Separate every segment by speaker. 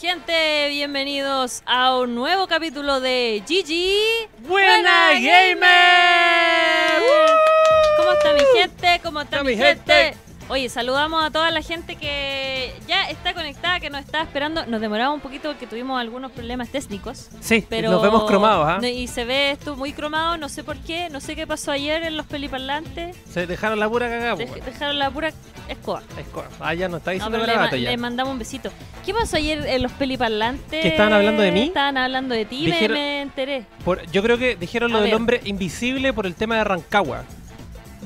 Speaker 1: gente, bienvenidos a un nuevo capítulo de GG
Speaker 2: Buena Gamer.
Speaker 1: ¿Cómo está mi gente? ¿Cómo está,
Speaker 2: Está
Speaker 1: mi
Speaker 2: mi
Speaker 1: gente?
Speaker 2: gente.
Speaker 1: Oye, saludamos a toda la gente que ya está conectada, que nos está esperando. Nos demoramos un poquito porque tuvimos algunos problemas técnicos.
Speaker 2: Sí,
Speaker 1: Pero
Speaker 2: nos vemos cromados, ¿ah?
Speaker 1: no, Y se ve esto muy cromado, no sé por qué, no sé qué pasó ayer en los peliparlantes.
Speaker 2: Se dejaron la pura cagada, pues,
Speaker 1: Dej- dejaron la pura escoba.
Speaker 2: Ah, ya no está
Speaker 1: No,
Speaker 2: diciendo
Speaker 1: pero
Speaker 2: la
Speaker 1: le, ma-
Speaker 2: garabato ya.
Speaker 1: le mandamos un besito. ¿Qué pasó ayer en los peliparlantes?
Speaker 2: ¿Que estaban hablando de mí?
Speaker 1: Estaban hablando de ti, me-
Speaker 2: Dijeron-
Speaker 1: me, enteré.
Speaker 2: Por- yo creo que dijeron
Speaker 1: A
Speaker 2: lo del
Speaker 1: ver.
Speaker 2: hombre invisible por el tema de Rancagua.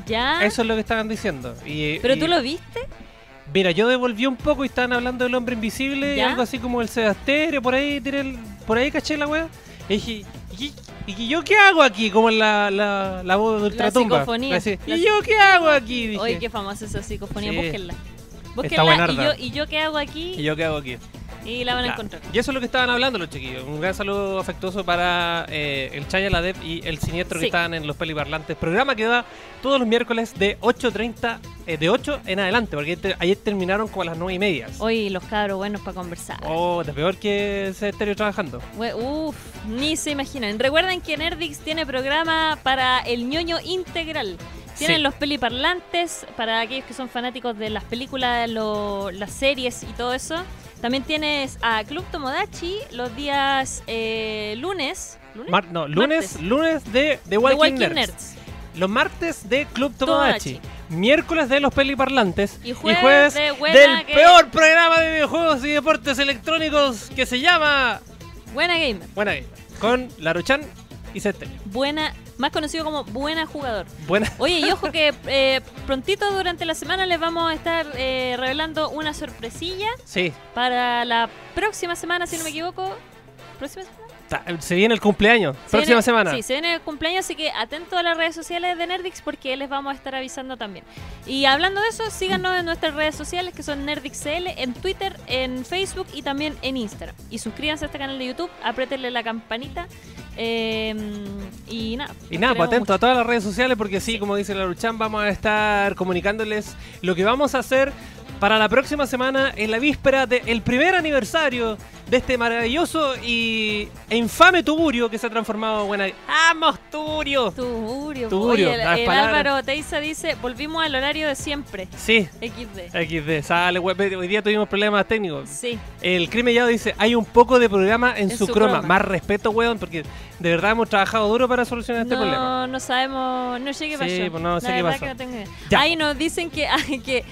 Speaker 1: ¿Ya?
Speaker 2: Eso es lo que estaban diciendo. Y,
Speaker 1: ¿Ah? ¿Pero
Speaker 2: y-
Speaker 1: tú lo viste?
Speaker 2: Mira, yo devolví un poco y estaban hablando del hombre invisible y
Speaker 1: ¿Ya?
Speaker 2: algo así como el Sebasterio, por ahí tiré el- por ahí caché la weá. Y dije, ¿y, y yo qué hago aquí? Como en la, la, la voz de Ultratumba.
Speaker 1: psicofonía.
Speaker 2: Así,
Speaker 1: La-
Speaker 2: ¿Y yo qué hago aquí? Dije.
Speaker 1: Oye, qué famosa esa psicofonía,
Speaker 2: Sí.
Speaker 1: búsquenla. Búsquenla y
Speaker 2: buenarda.
Speaker 1: yo, y yo qué hago aquí
Speaker 2: ¿Y
Speaker 1: y,
Speaker 2: yo qué hago aquí?
Speaker 1: la van a
Speaker 2: Ya.
Speaker 1: encontrar.
Speaker 2: Y eso es lo que estaban hablando los chiquillos. Un gran saludo afectuoso para eh, el Chaya, la Dep y el Siniestro
Speaker 1: Sí.
Speaker 2: que estaban en los Peliparlantes. Programa que va todos los miércoles de 8.30, eh, de 8 en adelante, porque te- ayer terminaron como a las 9 y media.
Speaker 1: Oye, los cabros buenos para conversar.
Speaker 2: Oh, de peor que ese estéreo trabajando.
Speaker 1: We- Uf, ni se imaginan. Recuerden que Nerdix tiene programa para el ñoño integral. Tienen
Speaker 2: Sí.
Speaker 1: los peliparlantes para aquellos que son fanáticos de las películas, lo- las series y todo eso. También tienes a Club Tomodachi los días eh, lunes. ¿Lunes?
Speaker 2: Mar- no, lunes,
Speaker 1: Martes.
Speaker 2: lunes de The
Speaker 1: The
Speaker 2: Walking,
Speaker 1: Walking
Speaker 2: Nerds.
Speaker 1: Nerds.
Speaker 2: Los martes de Club
Speaker 1: Tomodachi.
Speaker 2: Tomodachi. Miércoles de los Peliparlantes.
Speaker 1: Y jueves de Buena
Speaker 2: del
Speaker 1: Game.
Speaker 2: peor programa de videojuegos y deportes electrónicos que se llama
Speaker 1: Buena gamer.
Speaker 2: Buena Game. Con Laruchan y Sestereo.
Speaker 1: Buena, más conocido como buena jugador.
Speaker 2: Buena.
Speaker 1: Oye, y ojo que eh, prontito durante la semana les vamos a estar eh, revelando una sorpresilla
Speaker 2: Sí.
Speaker 1: para la próxima semana, si no me equivoco. ¿Próxima semana?
Speaker 2: Ta- Se viene el cumpleaños.
Speaker 1: Se
Speaker 2: Próxima
Speaker 1: viene-
Speaker 2: semana.
Speaker 1: Sí, se viene el cumpleaños, así que atento a las redes sociales de Nerdix porque les vamos a estar avisando también. Y hablando de eso, síganos en nuestras redes sociales que son NerdixCL, en Twitter, en Facebook y también en Instagram. Y suscríbanse a este canal de YouTube, apriétenle la campanita. eh, y nada.
Speaker 2: Y
Speaker 1: los
Speaker 2: nada, pues
Speaker 1: queremos
Speaker 2: atento a todas las redes sociales porque sí,
Speaker 1: Sí.
Speaker 2: como dice la Luchan, vamos a estar comunicándoles lo que vamos a hacer para la próxima semana en la víspera del primer aniversario de este maravilloso y e infame tuburio que se ha transformado en buena... ¡Vamos, tuburio!
Speaker 1: Tugurio.
Speaker 2: Tugurio,
Speaker 1: pues. Oye, el,
Speaker 2: las
Speaker 1: el
Speaker 2: palabras.
Speaker 1: Álvaro Teiza dice, volvimos al horario de siempre.
Speaker 2: Sí,
Speaker 1: XD.
Speaker 2: XD, sale, web- hoy día tuvimos problemas técnicos.
Speaker 1: Sí,
Speaker 2: El crimen ya dice, hay un poco de programa en, su, croma. Más respeto, weón, porque de verdad hemos trabajado duro para solucionar este problema.
Speaker 1: no, no sabemos, no sé qué
Speaker 2: Sí,
Speaker 1: pasó.
Speaker 2: pues no sé
Speaker 1: La
Speaker 2: qué
Speaker 1: verdad
Speaker 2: pasó.
Speaker 1: que no tengo idea.
Speaker 2: Ya.
Speaker 1: Ahí nos dicen que, que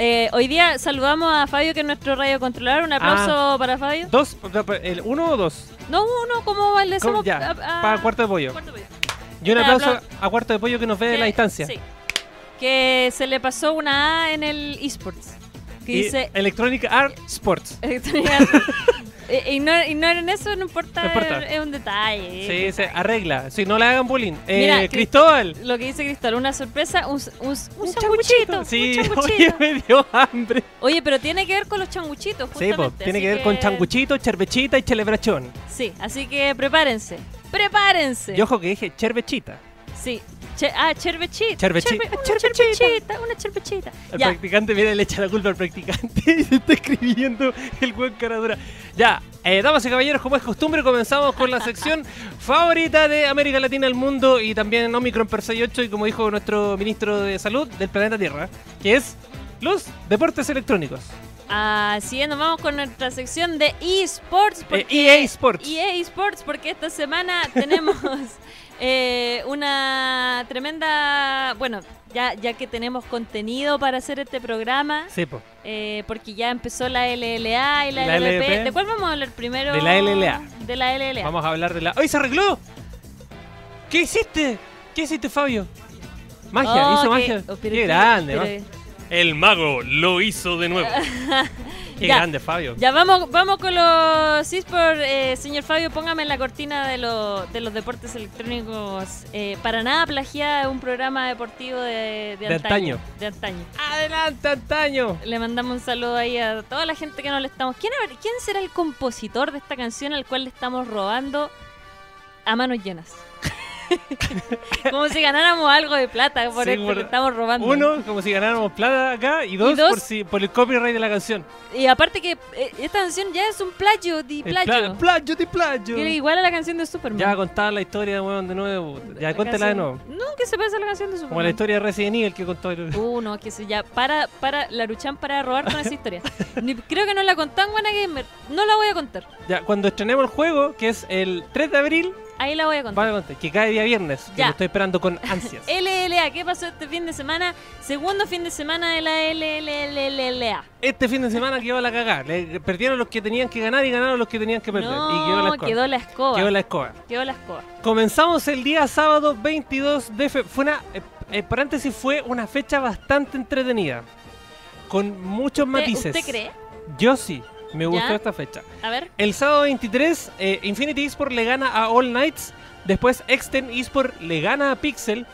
Speaker 1: eh, hoy día saludamos a Fabio, que es nuestro radio controlador. Un aplauso
Speaker 2: Ah.
Speaker 1: para Fabio.
Speaker 2: ¿Dos? ¿El uno o dos?
Speaker 1: No, uno, ¿cómo le
Speaker 2: ¿Cómo?
Speaker 1: hacemos
Speaker 2: Ya,
Speaker 1: a- a-
Speaker 2: para Cuarto de Pollo.
Speaker 1: Ah, Cuarto Pollo?
Speaker 2: Y un
Speaker 1: Ya,
Speaker 2: aplauso
Speaker 1: aplauso.
Speaker 2: a Cuarto de Pollo que nos ve de
Speaker 1: Que-
Speaker 2: la distancia.
Speaker 1: Sí. Que se le pasó una A en el esports. Que
Speaker 2: Y
Speaker 1: dice
Speaker 2: Electronic Art Sports.
Speaker 1: Eh, igno- Ignoren eso, no importa,
Speaker 2: No importa.
Speaker 1: Es, es un detalle.
Speaker 2: Sí, se arregla. Si no le hagan bullying. Eh,
Speaker 1: Mira, Cri-
Speaker 2: Cristóbal.
Speaker 1: Lo que dice Cristal, una sorpresa, un, un, un sanguchito,
Speaker 2: changuchito.
Speaker 1: un
Speaker 2: Sí,
Speaker 1: changuchito.
Speaker 2: oye, me dio hambre.
Speaker 1: Oye, pero tiene que ver con los changuchitos,
Speaker 2: Sí,
Speaker 1: justamente.
Speaker 2: pues, tiene
Speaker 1: así
Speaker 2: que ver con changuchito, cherbechita y celebración.
Speaker 1: Sí, así que prepárense. Prepárense.
Speaker 2: Y ojo que dije cherbechita.
Speaker 1: Sí. Che- ah, cherbechita.
Speaker 2: Cherbechi-
Speaker 1: Cherbe- una
Speaker 2: Cherbechita.
Speaker 1: cherbechita, una cherbechita.
Speaker 2: El
Speaker 1: Ya,
Speaker 2: practicante, mira, le echa la culpa al practicante y se está escribiendo el buen cara dura. Ya, eh, damas y caballeros, como es costumbre, comenzamos con la sección favorita de América Latina, el mundo y también Omicron per 68 y como dijo nuestro ministro de Salud del planeta Tierra, que es los deportes electrónicos.
Speaker 1: así es, nos vamos con nuestra sección de eSports.
Speaker 2: Eh,
Speaker 1: porque-
Speaker 2: EA Sports.
Speaker 1: EA Sports, porque esta semana tenemos eh, una tremenda. Bueno, ya, ya que tenemos contenido para hacer este programa,
Speaker 2: Sí, po.
Speaker 1: eh, porque ya empezó la LLA y la,
Speaker 2: La
Speaker 1: LLP.
Speaker 2: LLP.
Speaker 1: ¿De cuál vamos a hablar primero?
Speaker 2: De la LLA.
Speaker 1: De la LLA.
Speaker 2: Vamos a hablar de la... ¡Ay, se arregló! ¿Qué hiciste? ¿Qué hiciste, Fabio? Magia,
Speaker 1: Oh,
Speaker 2: hizo
Speaker 1: qué-
Speaker 2: magia.
Speaker 1: oh,
Speaker 2: qué,
Speaker 1: pero
Speaker 2: grande,
Speaker 1: pero-
Speaker 2: ma- El mago lo hizo de nuevo. Qué
Speaker 1: Ya.
Speaker 2: grande, Fabio.
Speaker 1: Ya vamos, vamos con los eSports. Eh, señor Fabio, póngame en la cortina de, lo- de los deportes electrónicos. Eh, para nada plagiada de un programa deportivo de, de
Speaker 2: De
Speaker 1: antaño.
Speaker 2: antaño.
Speaker 1: De antaño.
Speaker 2: Adelante, antaño.
Speaker 1: Le mandamos un saludo ahí a toda la gente que nos le estamos. ¿Quién, habrá- ¿Quién será el compositor de esta canción al cual le estamos robando a manos llenas? Como si ganáramos algo de plata por
Speaker 2: Sí,
Speaker 1: esto
Speaker 2: por-
Speaker 1: que estamos robando.
Speaker 2: Uno, como si ganáramos plata acá, y dos,
Speaker 1: Y dos-
Speaker 2: Por, si, por el copyright de la canción.
Speaker 1: Y aparte que eh, esta canción ya es un plagio de
Speaker 2: El
Speaker 1: plagio.
Speaker 2: pla- Plagio, de plagio.
Speaker 1: Que es igual a la canción de Superman.
Speaker 2: Ya contar la historia, weón, de nuevo. Ya,
Speaker 1: La
Speaker 2: cuéntala de
Speaker 1: canción-
Speaker 2: nuevo.
Speaker 1: No, que se parece a la canción de Superman.
Speaker 2: Como la historia de Resident Evil que contó el...
Speaker 1: Uh, no, que se ya. Para, para, Laruchan para robar con esa historia. Ni- creo que no la contó en Wanna Gamer. No la voy a contar.
Speaker 2: Ya, cuando estrenemos el juego, que es el 3 de abril,
Speaker 1: Ahí la voy a contar.
Speaker 2: vale, conté, que cae día viernes, que
Speaker 1: Ya. Eh.
Speaker 2: lo estoy esperando con ansias.
Speaker 1: LLA, ¿qué pasó este fin de semana? Segundo fin de semana de la LLLLA.
Speaker 2: Este fin de semana quedó la cagada. Le- Perdieron los que tenían que ganar y ganaron los que tenían que perder.
Speaker 1: No,
Speaker 2: y quedó la escoba.
Speaker 1: quedó la escoba.
Speaker 2: Quedó la escoba.
Speaker 1: Quedó la escoba.
Speaker 2: Comenzamos el día sábado 22 de febrero. Fue una, eh, eh, paréntesis, fue una fecha bastante entretenida. Con muchos matices.
Speaker 1: ¿Usted, usted cree?
Speaker 2: Yo sí, me
Speaker 1: ¿Ya?
Speaker 2: gustó esta fecha.
Speaker 1: A ver.
Speaker 2: El sábado 23, eh, Infinity Esport le gana a All Knights. Después, Exten Esport le gana a Pixel.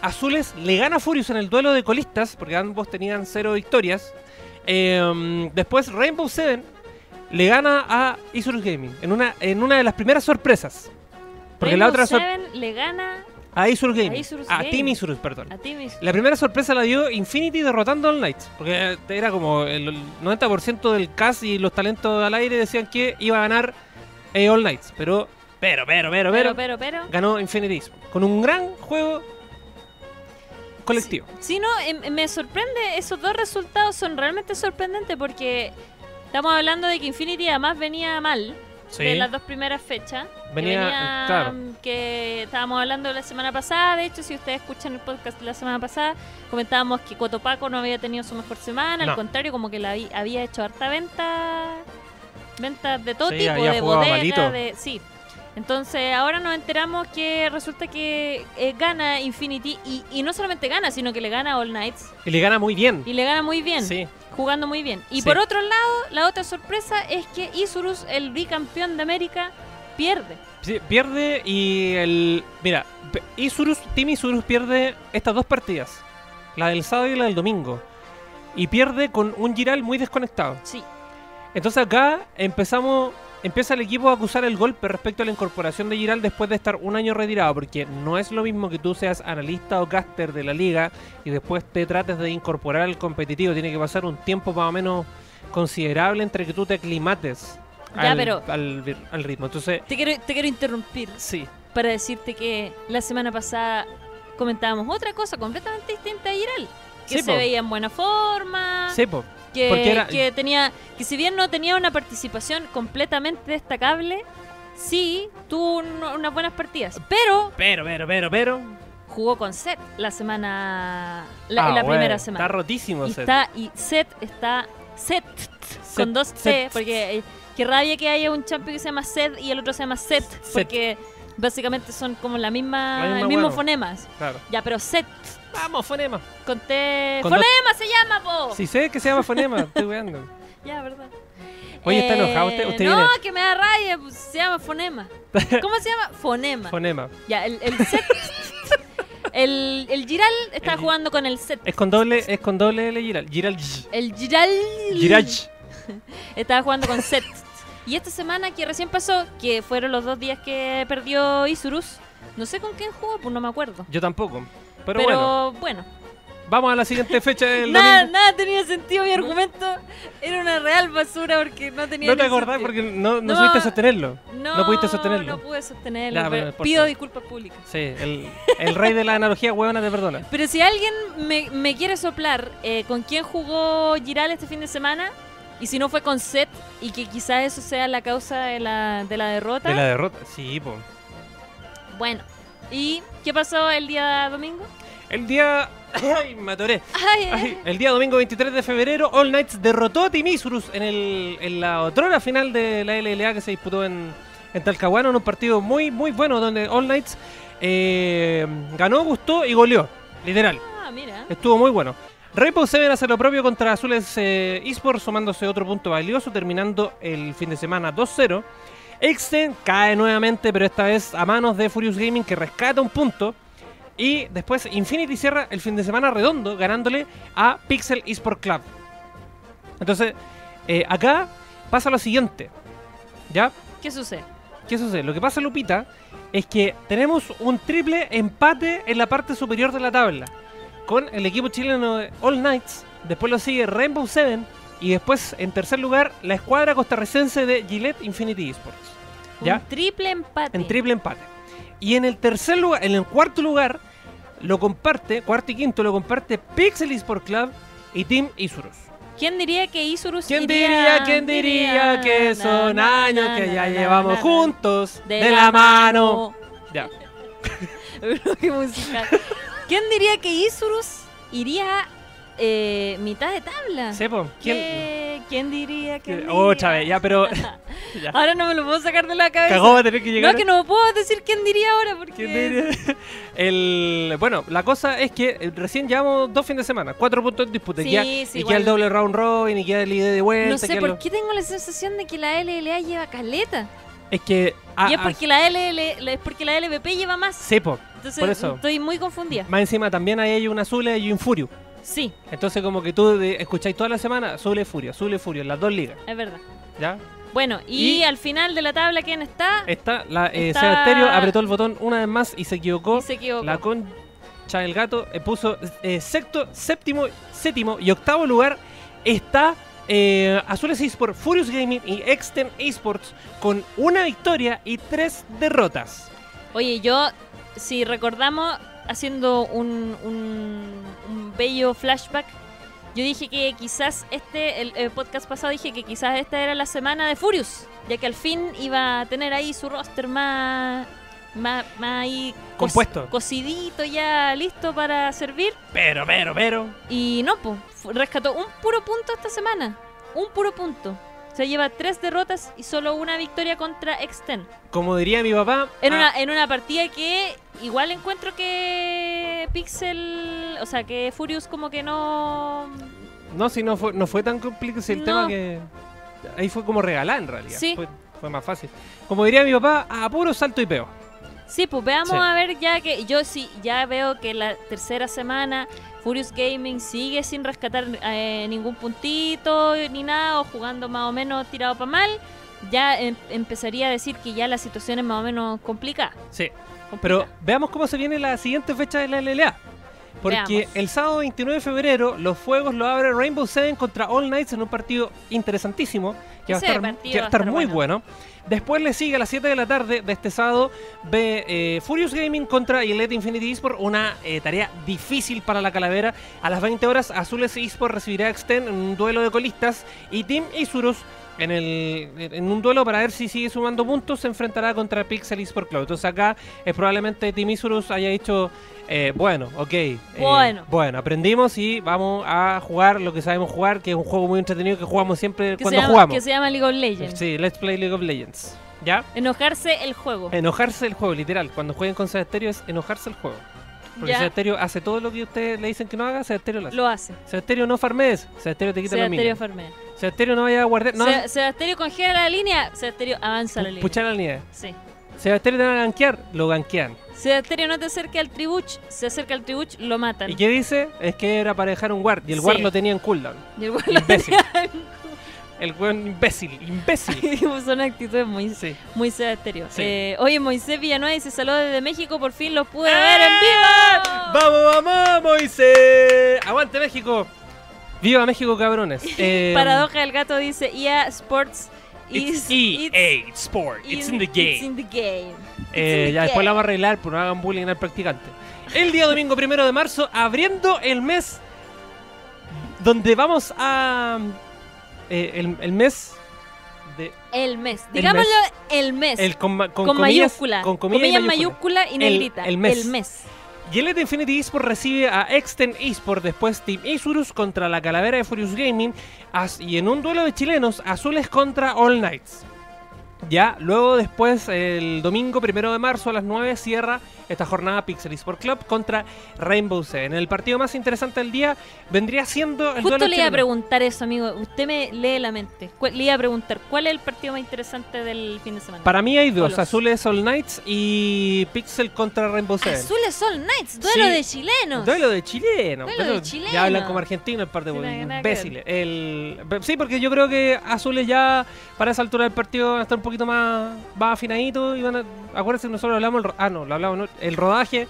Speaker 2: Azules le gana a Furious en el duelo de colistas, porque ambos tenían cero victorias. Eh, después, Rainbow Seven le gana a Isurus Gaming en una, en una de las primeras sorpresas. Porque la
Speaker 1: Rainbow
Speaker 2: otra sor-
Speaker 1: Seven le gana
Speaker 2: a Isurus Gaming. A,
Speaker 1: Isurus
Speaker 2: Ah, Team
Speaker 1: Gaming.
Speaker 2: Isurus, perdón.
Speaker 1: a ti mismo.
Speaker 2: La primera sorpresa la dio Infinity derrotando a All Knights. Porque era como el 90% del cast y los talentos al aire decían que iba a ganar eh, All Knights. Pero, pero, pero, pero, pero,
Speaker 1: Pero, pero, pero.
Speaker 2: ganó Infinity Esports, Con un gran juego colectivo.
Speaker 1: Sí, no, em- me sorprende. Esos dos resultados son realmente sorprendentes porque estamos hablando de que Infinity además venía mal de las dos primeras fechas. que
Speaker 2: Venía- eh,
Speaker 1: venía,
Speaker 2: claro.
Speaker 1: mm, que estábamos hablando la semana pasada. De hecho, si ustedes escuchan el podcast de la semana pasada, comentábamos que Cotopaco no había tenido su mejor semana.
Speaker 2: No.
Speaker 1: Al contrario, como que la vi- había hecho harta venta. Ventas de todo
Speaker 2: Sí,
Speaker 1: tipo,
Speaker 2: había
Speaker 1: de
Speaker 2: jugado
Speaker 1: bodega,
Speaker 2: malito.
Speaker 1: de. Sí. Entonces ahora nos enteramos que resulta que eh, gana Infinity y, y no solamente gana, sino que le gana a All Knights
Speaker 2: Y le gana muy bien.
Speaker 1: y le gana muy bien,
Speaker 2: Sí.
Speaker 1: jugando muy bien. Y
Speaker 2: Sí.
Speaker 1: por otro lado, la otra sorpresa es que Isurus, el bicampeón de América, pierde.
Speaker 2: Sí, Pierde y el. Mira, pe- Isurus, Team Isurus pierde estas dos partidas: la del sábado y la del domingo. Y pierde con un Giral muy desconectado.
Speaker 1: Sí,
Speaker 2: Entonces acá empezamos, empieza el equipo a acusar el golpe respecto a la incorporación de Giral después de estar un año retirado, porque no es lo mismo que tú seas analista o caster de la liga y después te trates de incorporar al competitivo. Tiene que pasar un tiempo más o menos considerable entre que tú te aclimates
Speaker 1: Ya,
Speaker 2: al,
Speaker 1: pero-
Speaker 2: al vir- al ritmo. Entonces,
Speaker 1: te quiero, te quiero interrumpir
Speaker 2: sí,
Speaker 1: para decirte que la semana pasada comentábamos otra cosa completamente distinta a Giral. Que
Speaker 2: Sí,
Speaker 1: se
Speaker 2: po.
Speaker 1: veía en buena forma,
Speaker 2: sí, po.
Speaker 1: que,
Speaker 2: porque era-
Speaker 1: que tenía que si bien no tenía una participación completamente destacable, sí tuvo un- unas buenas partidas. Pero
Speaker 2: Pero, pero, pero, pero.
Speaker 1: jugó con Seth la semana. La,
Speaker 2: Ah,
Speaker 1: en la
Speaker 2: bueno,
Speaker 1: primera
Speaker 2: Está
Speaker 1: semana.
Speaker 2: rotísimo.
Speaker 1: Y
Speaker 2: Seth.
Speaker 1: está, y Seth está. Seth, con dos T,
Speaker 2: Seth.
Speaker 1: porque eh, qué rabia que haya un champion que se llama Seth y el otro se llama Seth, porque básicamente son como la misma,
Speaker 2: La misma
Speaker 1: el mismo
Speaker 2: huevo.
Speaker 1: fonemas.
Speaker 2: Claro.
Speaker 1: Ya, pero Seth,
Speaker 2: Vamos, fonema.
Speaker 1: con T.
Speaker 2: Con dos-
Speaker 1: ¡Fonema se llama, po!
Speaker 2: Sí, sé que se llama fonema, estoy weando.
Speaker 1: Ya, verdad.
Speaker 2: Oye, ¿está
Speaker 1: Eh,
Speaker 2: enojado usted? Usted
Speaker 1: no,
Speaker 2: viene-
Speaker 1: que me da rabia, pues, se llama fonema. ¿Cómo se llama? Fonema.
Speaker 2: Fonema.
Speaker 1: ya, el, el Seth. el, el Giral está
Speaker 2: El-
Speaker 1: jugando con el Seth.
Speaker 2: Es con doble, es con doble L Giral. Giral.
Speaker 1: El Giral
Speaker 2: Giral.
Speaker 1: estaba jugando con Seth. Y esta semana que recién pasó, que fueron los dos días que perdió Isurus, no sé con quién jugó, pues no me acuerdo.
Speaker 2: Yo tampoco. Pero,
Speaker 1: Pero,
Speaker 2: bueno,
Speaker 1: bueno,
Speaker 2: vamos a la siguiente fecha del
Speaker 1: nada,
Speaker 2: domingo.
Speaker 1: nada tenía sentido mi argumento. Era una real basura porque no tenía
Speaker 2: No te
Speaker 1: ni
Speaker 2: acordás
Speaker 1: sentido.
Speaker 2: porque no, no
Speaker 1: No.
Speaker 2: supiste sostenerlo.
Speaker 1: no,
Speaker 2: no pudiste sostenerlo.
Speaker 1: No pude sostenerlo.
Speaker 2: Ya,
Speaker 1: pero
Speaker 2: pero no importa.
Speaker 1: pido disculpas públicas.
Speaker 2: Sí, el, el rey de la analogía huevona te perdona.
Speaker 1: Pero si alguien me, me quiere soplar eh, con quién jugó Giral este fin de semana, y si no fue con Seth, y que quizás eso sea la causa de la, de la derrota.
Speaker 2: De la derrota. Sí, po.
Speaker 1: Bueno, ¿y qué pasó el día domingo?
Speaker 2: El día. Ay, me atoré.
Speaker 1: Ay,
Speaker 2: Ay, eh. el día domingo 23 de febrero, All Knights derrotó a Team Isurus en, el, en la otrora final de la LLA que se disputó en, en Talcahuano, en un partido muy, muy bueno donde All Knights eh, ganó, gustó y goleó. Literal.
Speaker 1: ah, mira.
Speaker 2: Estuvo muy bueno. Rainbow Seven hace lo propio contra Azules eh, Esports, sumándose otro punto valioso, terminando el fin de semana 2-0. Exten cae nuevamente, pero esta vez a manos de Furious Gaming, que rescata un punto. Y después Infinity cierra el fin de semana redondo, ganándole a Pixel Esports Club. Entonces, eh, acá pasa lo siguiente. ¿Ya?
Speaker 1: ¿Qué sucede?
Speaker 2: qué sucede? Lo que pasa, Lupita, es que tenemos un triple empate en la parte superior de la tabla. Con el equipo chileno de All Knights, después lo sigue Rainbow Seven y después, en tercer lugar, la escuadra costarricense de Gillette Infinity Esports. ¿Ya?
Speaker 1: Un triple empate.
Speaker 2: En triple empate. Y en el tercer lugar, en el cuarto lugar, lo comparte, cuarto y quinto, lo comparte Pixel Esports Club y Team Isurus.
Speaker 1: ¿Quién diría que Isurus
Speaker 2: ¿Quién
Speaker 1: iría-
Speaker 2: diría, quién diría que son
Speaker 1: Na, na,
Speaker 2: años
Speaker 1: na,
Speaker 2: que
Speaker 1: na,
Speaker 2: ya
Speaker 1: na,
Speaker 2: llevamos
Speaker 1: na, na.
Speaker 2: juntos de la mano? Ya.
Speaker 1: Pero qué musical. ¿Quién diría que Isurus iría eh, mitad de tabla?
Speaker 2: Sí, po. ¿Quién?
Speaker 1: ¿Qué- ¿Quién diría que.?
Speaker 2: ¿Quién? Otra vez, ya, pero. ya.
Speaker 1: Ahora no me lo puedo sacar de la cabeza.
Speaker 2: Cagó va a tener que llegar.
Speaker 1: no, que no puedo decir quién diría ahora porque.
Speaker 2: ¿Quién diría? El, bueno, la cosa es que eh, recién llevamos dos fines de semana, cuatro puntos en disputa. y
Speaker 1: Sí,
Speaker 2: queda-
Speaker 1: sí,
Speaker 2: y queda
Speaker 1: igual.
Speaker 2: el doble round robin, y queda el ida de vuelta.
Speaker 1: No sé
Speaker 2: queda
Speaker 1: por
Speaker 2: lo-
Speaker 1: qué tengo la sensación de que la LLA lleva caleta.
Speaker 2: Es que. ah,
Speaker 1: y es
Speaker 2: ah,
Speaker 1: porque, la LL, es porque la LVP lleva más.
Speaker 2: sí, po.
Speaker 1: Entonces
Speaker 2: por eso.
Speaker 1: estoy muy confundida.
Speaker 2: Más encima también ahí hay un azul y hay un furio.
Speaker 1: Sí,
Speaker 2: Entonces, como que tú de- escucháis toda la semana, azul y furio, azul y furio, en las dos ligas.
Speaker 1: es verdad.
Speaker 2: ¿Ya?
Speaker 1: Bueno, y,
Speaker 2: Y-
Speaker 1: al final de la tabla, ¿quién está?
Speaker 2: Está, la, eh,
Speaker 1: Está-
Speaker 2: Seba Stereo apretó el botón una vez más y se equivocó.
Speaker 1: Y se equivocó.
Speaker 2: La concha del gato eh, puso eh, sexto, séptimo, séptimo y octavo lugar está eh, Azules Esports, Furious Gaming y Extem Esports con una victoria y tres derrotas.
Speaker 1: Oye, yo, si recordamos, haciendo un, un- un bello flashback, yo dije que quizás este, el, el podcast pasado dije que quizás esta era la semana de Furious, ya que al fin iba a tener ahí su roster más, más, más ahí cos-
Speaker 2: Compuesto.
Speaker 1: cocidito ya listo para servir.
Speaker 2: Pero, pero, pero.
Speaker 1: Y no, pues, rescató un puro punto esta semana, un puro punto. Se lleva tres derrotas y solo una victoria contra Extend.
Speaker 2: Como diría mi papá,
Speaker 1: En,
Speaker 2: ah,
Speaker 1: una, en una partida que igual encuentro que Pixel, o sea, que Furious como que no...
Speaker 2: ah, no, si no fue, no fue tan complicado si el
Speaker 1: No.
Speaker 2: tema que. Ahí fue como regalada en realidad.
Speaker 1: Sí.
Speaker 2: Fue, fue más fácil. Como diría mi papá, a puro salto y peo.
Speaker 1: Sí, pues veamos
Speaker 2: Sí.
Speaker 1: a ver ya que yo sí, ya veo que la tercera semana Furious Gaming sigue sin rescatar eh, ningún puntito ni nada, o jugando más o menos tirado para mal. Ya em- empezaría a decir que ya la situación es más o menos complicada.
Speaker 2: Sí. Pero
Speaker 1: complicada.
Speaker 2: veamos cómo se viene la siguiente fecha de la LLA. Porque
Speaker 1: Veamos.
Speaker 2: el sábado 29 de febrero los fuegos lo abre Rainbow Seven contra All Knights en un partido interesantísimo que va a
Speaker 1: Ese
Speaker 2: estar,
Speaker 1: partido
Speaker 2: que va a estar muy
Speaker 1: bueno.
Speaker 2: bueno. Después le sigue a las 7 de la tarde de este sábado ve, eh, Furious Gaming contra Gillette Infinity Esports, una eh, tarea difícil para la calavera. A las 20 horas Azules Esports recibirá a Extend en un duelo de colistas y Team Isurus en, el, en un duelo para ver si sigue sumando puntos, se enfrentará contra Pixel Esports Club. Entonces acá eh, probablemente Team Isurus haya dicho, eh, bueno, ok, eh,
Speaker 1: Bueno.
Speaker 2: bueno, aprendimos y vamos a jugar lo que sabemos jugar, que es un juego muy entretenido que jugamos siempre
Speaker 1: Que se
Speaker 2: cuando
Speaker 1: llama-
Speaker 2: jugamos.
Speaker 1: Que se llama League of Legends.
Speaker 2: Sí, Let's Play League of Legends. ¿Ya?
Speaker 1: Enojarse el juego.
Speaker 2: Enojarse el juego, literal. Cuando jueguen con Sebasterio es enojarse el juego. Porque
Speaker 1: Ya.
Speaker 2: Sebasterio hace todo lo que ustedes le dicen que no haga, Sebasterio lo hace.
Speaker 1: Lo hace.
Speaker 2: Sebasterio no farmees, Sebasterio te quita
Speaker 1: Sea
Speaker 2: lo mínimo.
Speaker 1: Stereo Farmea.
Speaker 2: Sebasterio no vaya a guardar. No,
Speaker 1: Se- Sebasterio congela la línea, Sebasterio avanza la
Speaker 2: pu-
Speaker 1: línea.
Speaker 2: puchar la nieve.
Speaker 1: Sí.
Speaker 2: Sebasterio te va a gankear, lo gankean.
Speaker 1: Sebasterio no te acerca al tribuch, se acerca al tribuch, lo matan.
Speaker 2: ¿Y qué dice? Es que era para dejar un guard y el guard
Speaker 1: Sí.
Speaker 2: lo tenía en cooldown.
Speaker 1: Y el weón lo
Speaker 2: Imbécil.
Speaker 1: tenía
Speaker 2: el weón imbécil, imbécil.
Speaker 1: en- Son actitudes muy,
Speaker 2: Sí.
Speaker 1: muy Sebasterio.
Speaker 2: Sí.
Speaker 1: Eh, oye, Moisés Villanueva dice saludos desde México, por fin los pude ver en vivo.
Speaker 2: ¡Vamos, vamos, Moisés! ¡Aguante México! ¡Viva México, cabrones! Eh,
Speaker 1: Paradoja del gato dice EA Sports is-
Speaker 2: It's
Speaker 1: it's
Speaker 2: EA Sport. It's in the game.
Speaker 1: It's in the game. It's
Speaker 2: Eh,
Speaker 1: in the
Speaker 2: ya después la vamos
Speaker 1: game.
Speaker 2: a arreglar, pero no hagan bullying al practicante. El día domingo primero de marzo, abriendo el mes donde vamos a. eh, el, el mes de.
Speaker 1: El mes. Digámoslo el mes.
Speaker 2: El con, ma- con
Speaker 1: con,
Speaker 2: comillas-
Speaker 1: mayúscula.
Speaker 2: Con comillas y mayúscula.
Speaker 1: mayúscula y negrita.
Speaker 2: el mes.
Speaker 1: El mes.
Speaker 2: Gillette Infinity Esports recibe a Extend Esports, después Team Isurus contra la Calavera de Furious Gaming as- y en un duelo de chilenos, Azules contra All Knights. Ya, luego después, el domingo primero de marzo a las 9 cierra esta jornada Pixel Esports Club contra Rainbow Seven. El partido más interesante del día vendría siendo el
Speaker 1: Justo
Speaker 2: duelo
Speaker 1: le iba a
Speaker 2: chileno.
Speaker 1: preguntar eso, amigo. Usted me lee la mente. Cu- Le iba a preguntar, ¿cuál es el partido más interesante del fin de semana?
Speaker 2: Para mí hay dos,
Speaker 1: Solos.
Speaker 2: Azules All Knights y Pixel contra Rainbow Seven.
Speaker 1: Azules All Knights, duelo
Speaker 2: Sí.
Speaker 1: de chilenos.
Speaker 2: Duelo de chileno.
Speaker 1: Duelo
Speaker 2: pero
Speaker 1: de chileno.
Speaker 2: Ya hablan como argentinos, el par de
Speaker 1: Sí, no hay nada que ver.
Speaker 2: imbéciles. El, pe- sí, porque yo creo que Azules ya para esa altura del partido van a estar un poquito más, más afinadito. Y van a, acuérdense, nosotros hablamos. El, ro- ah, no, lo hablamos. ¿no? El rodaje.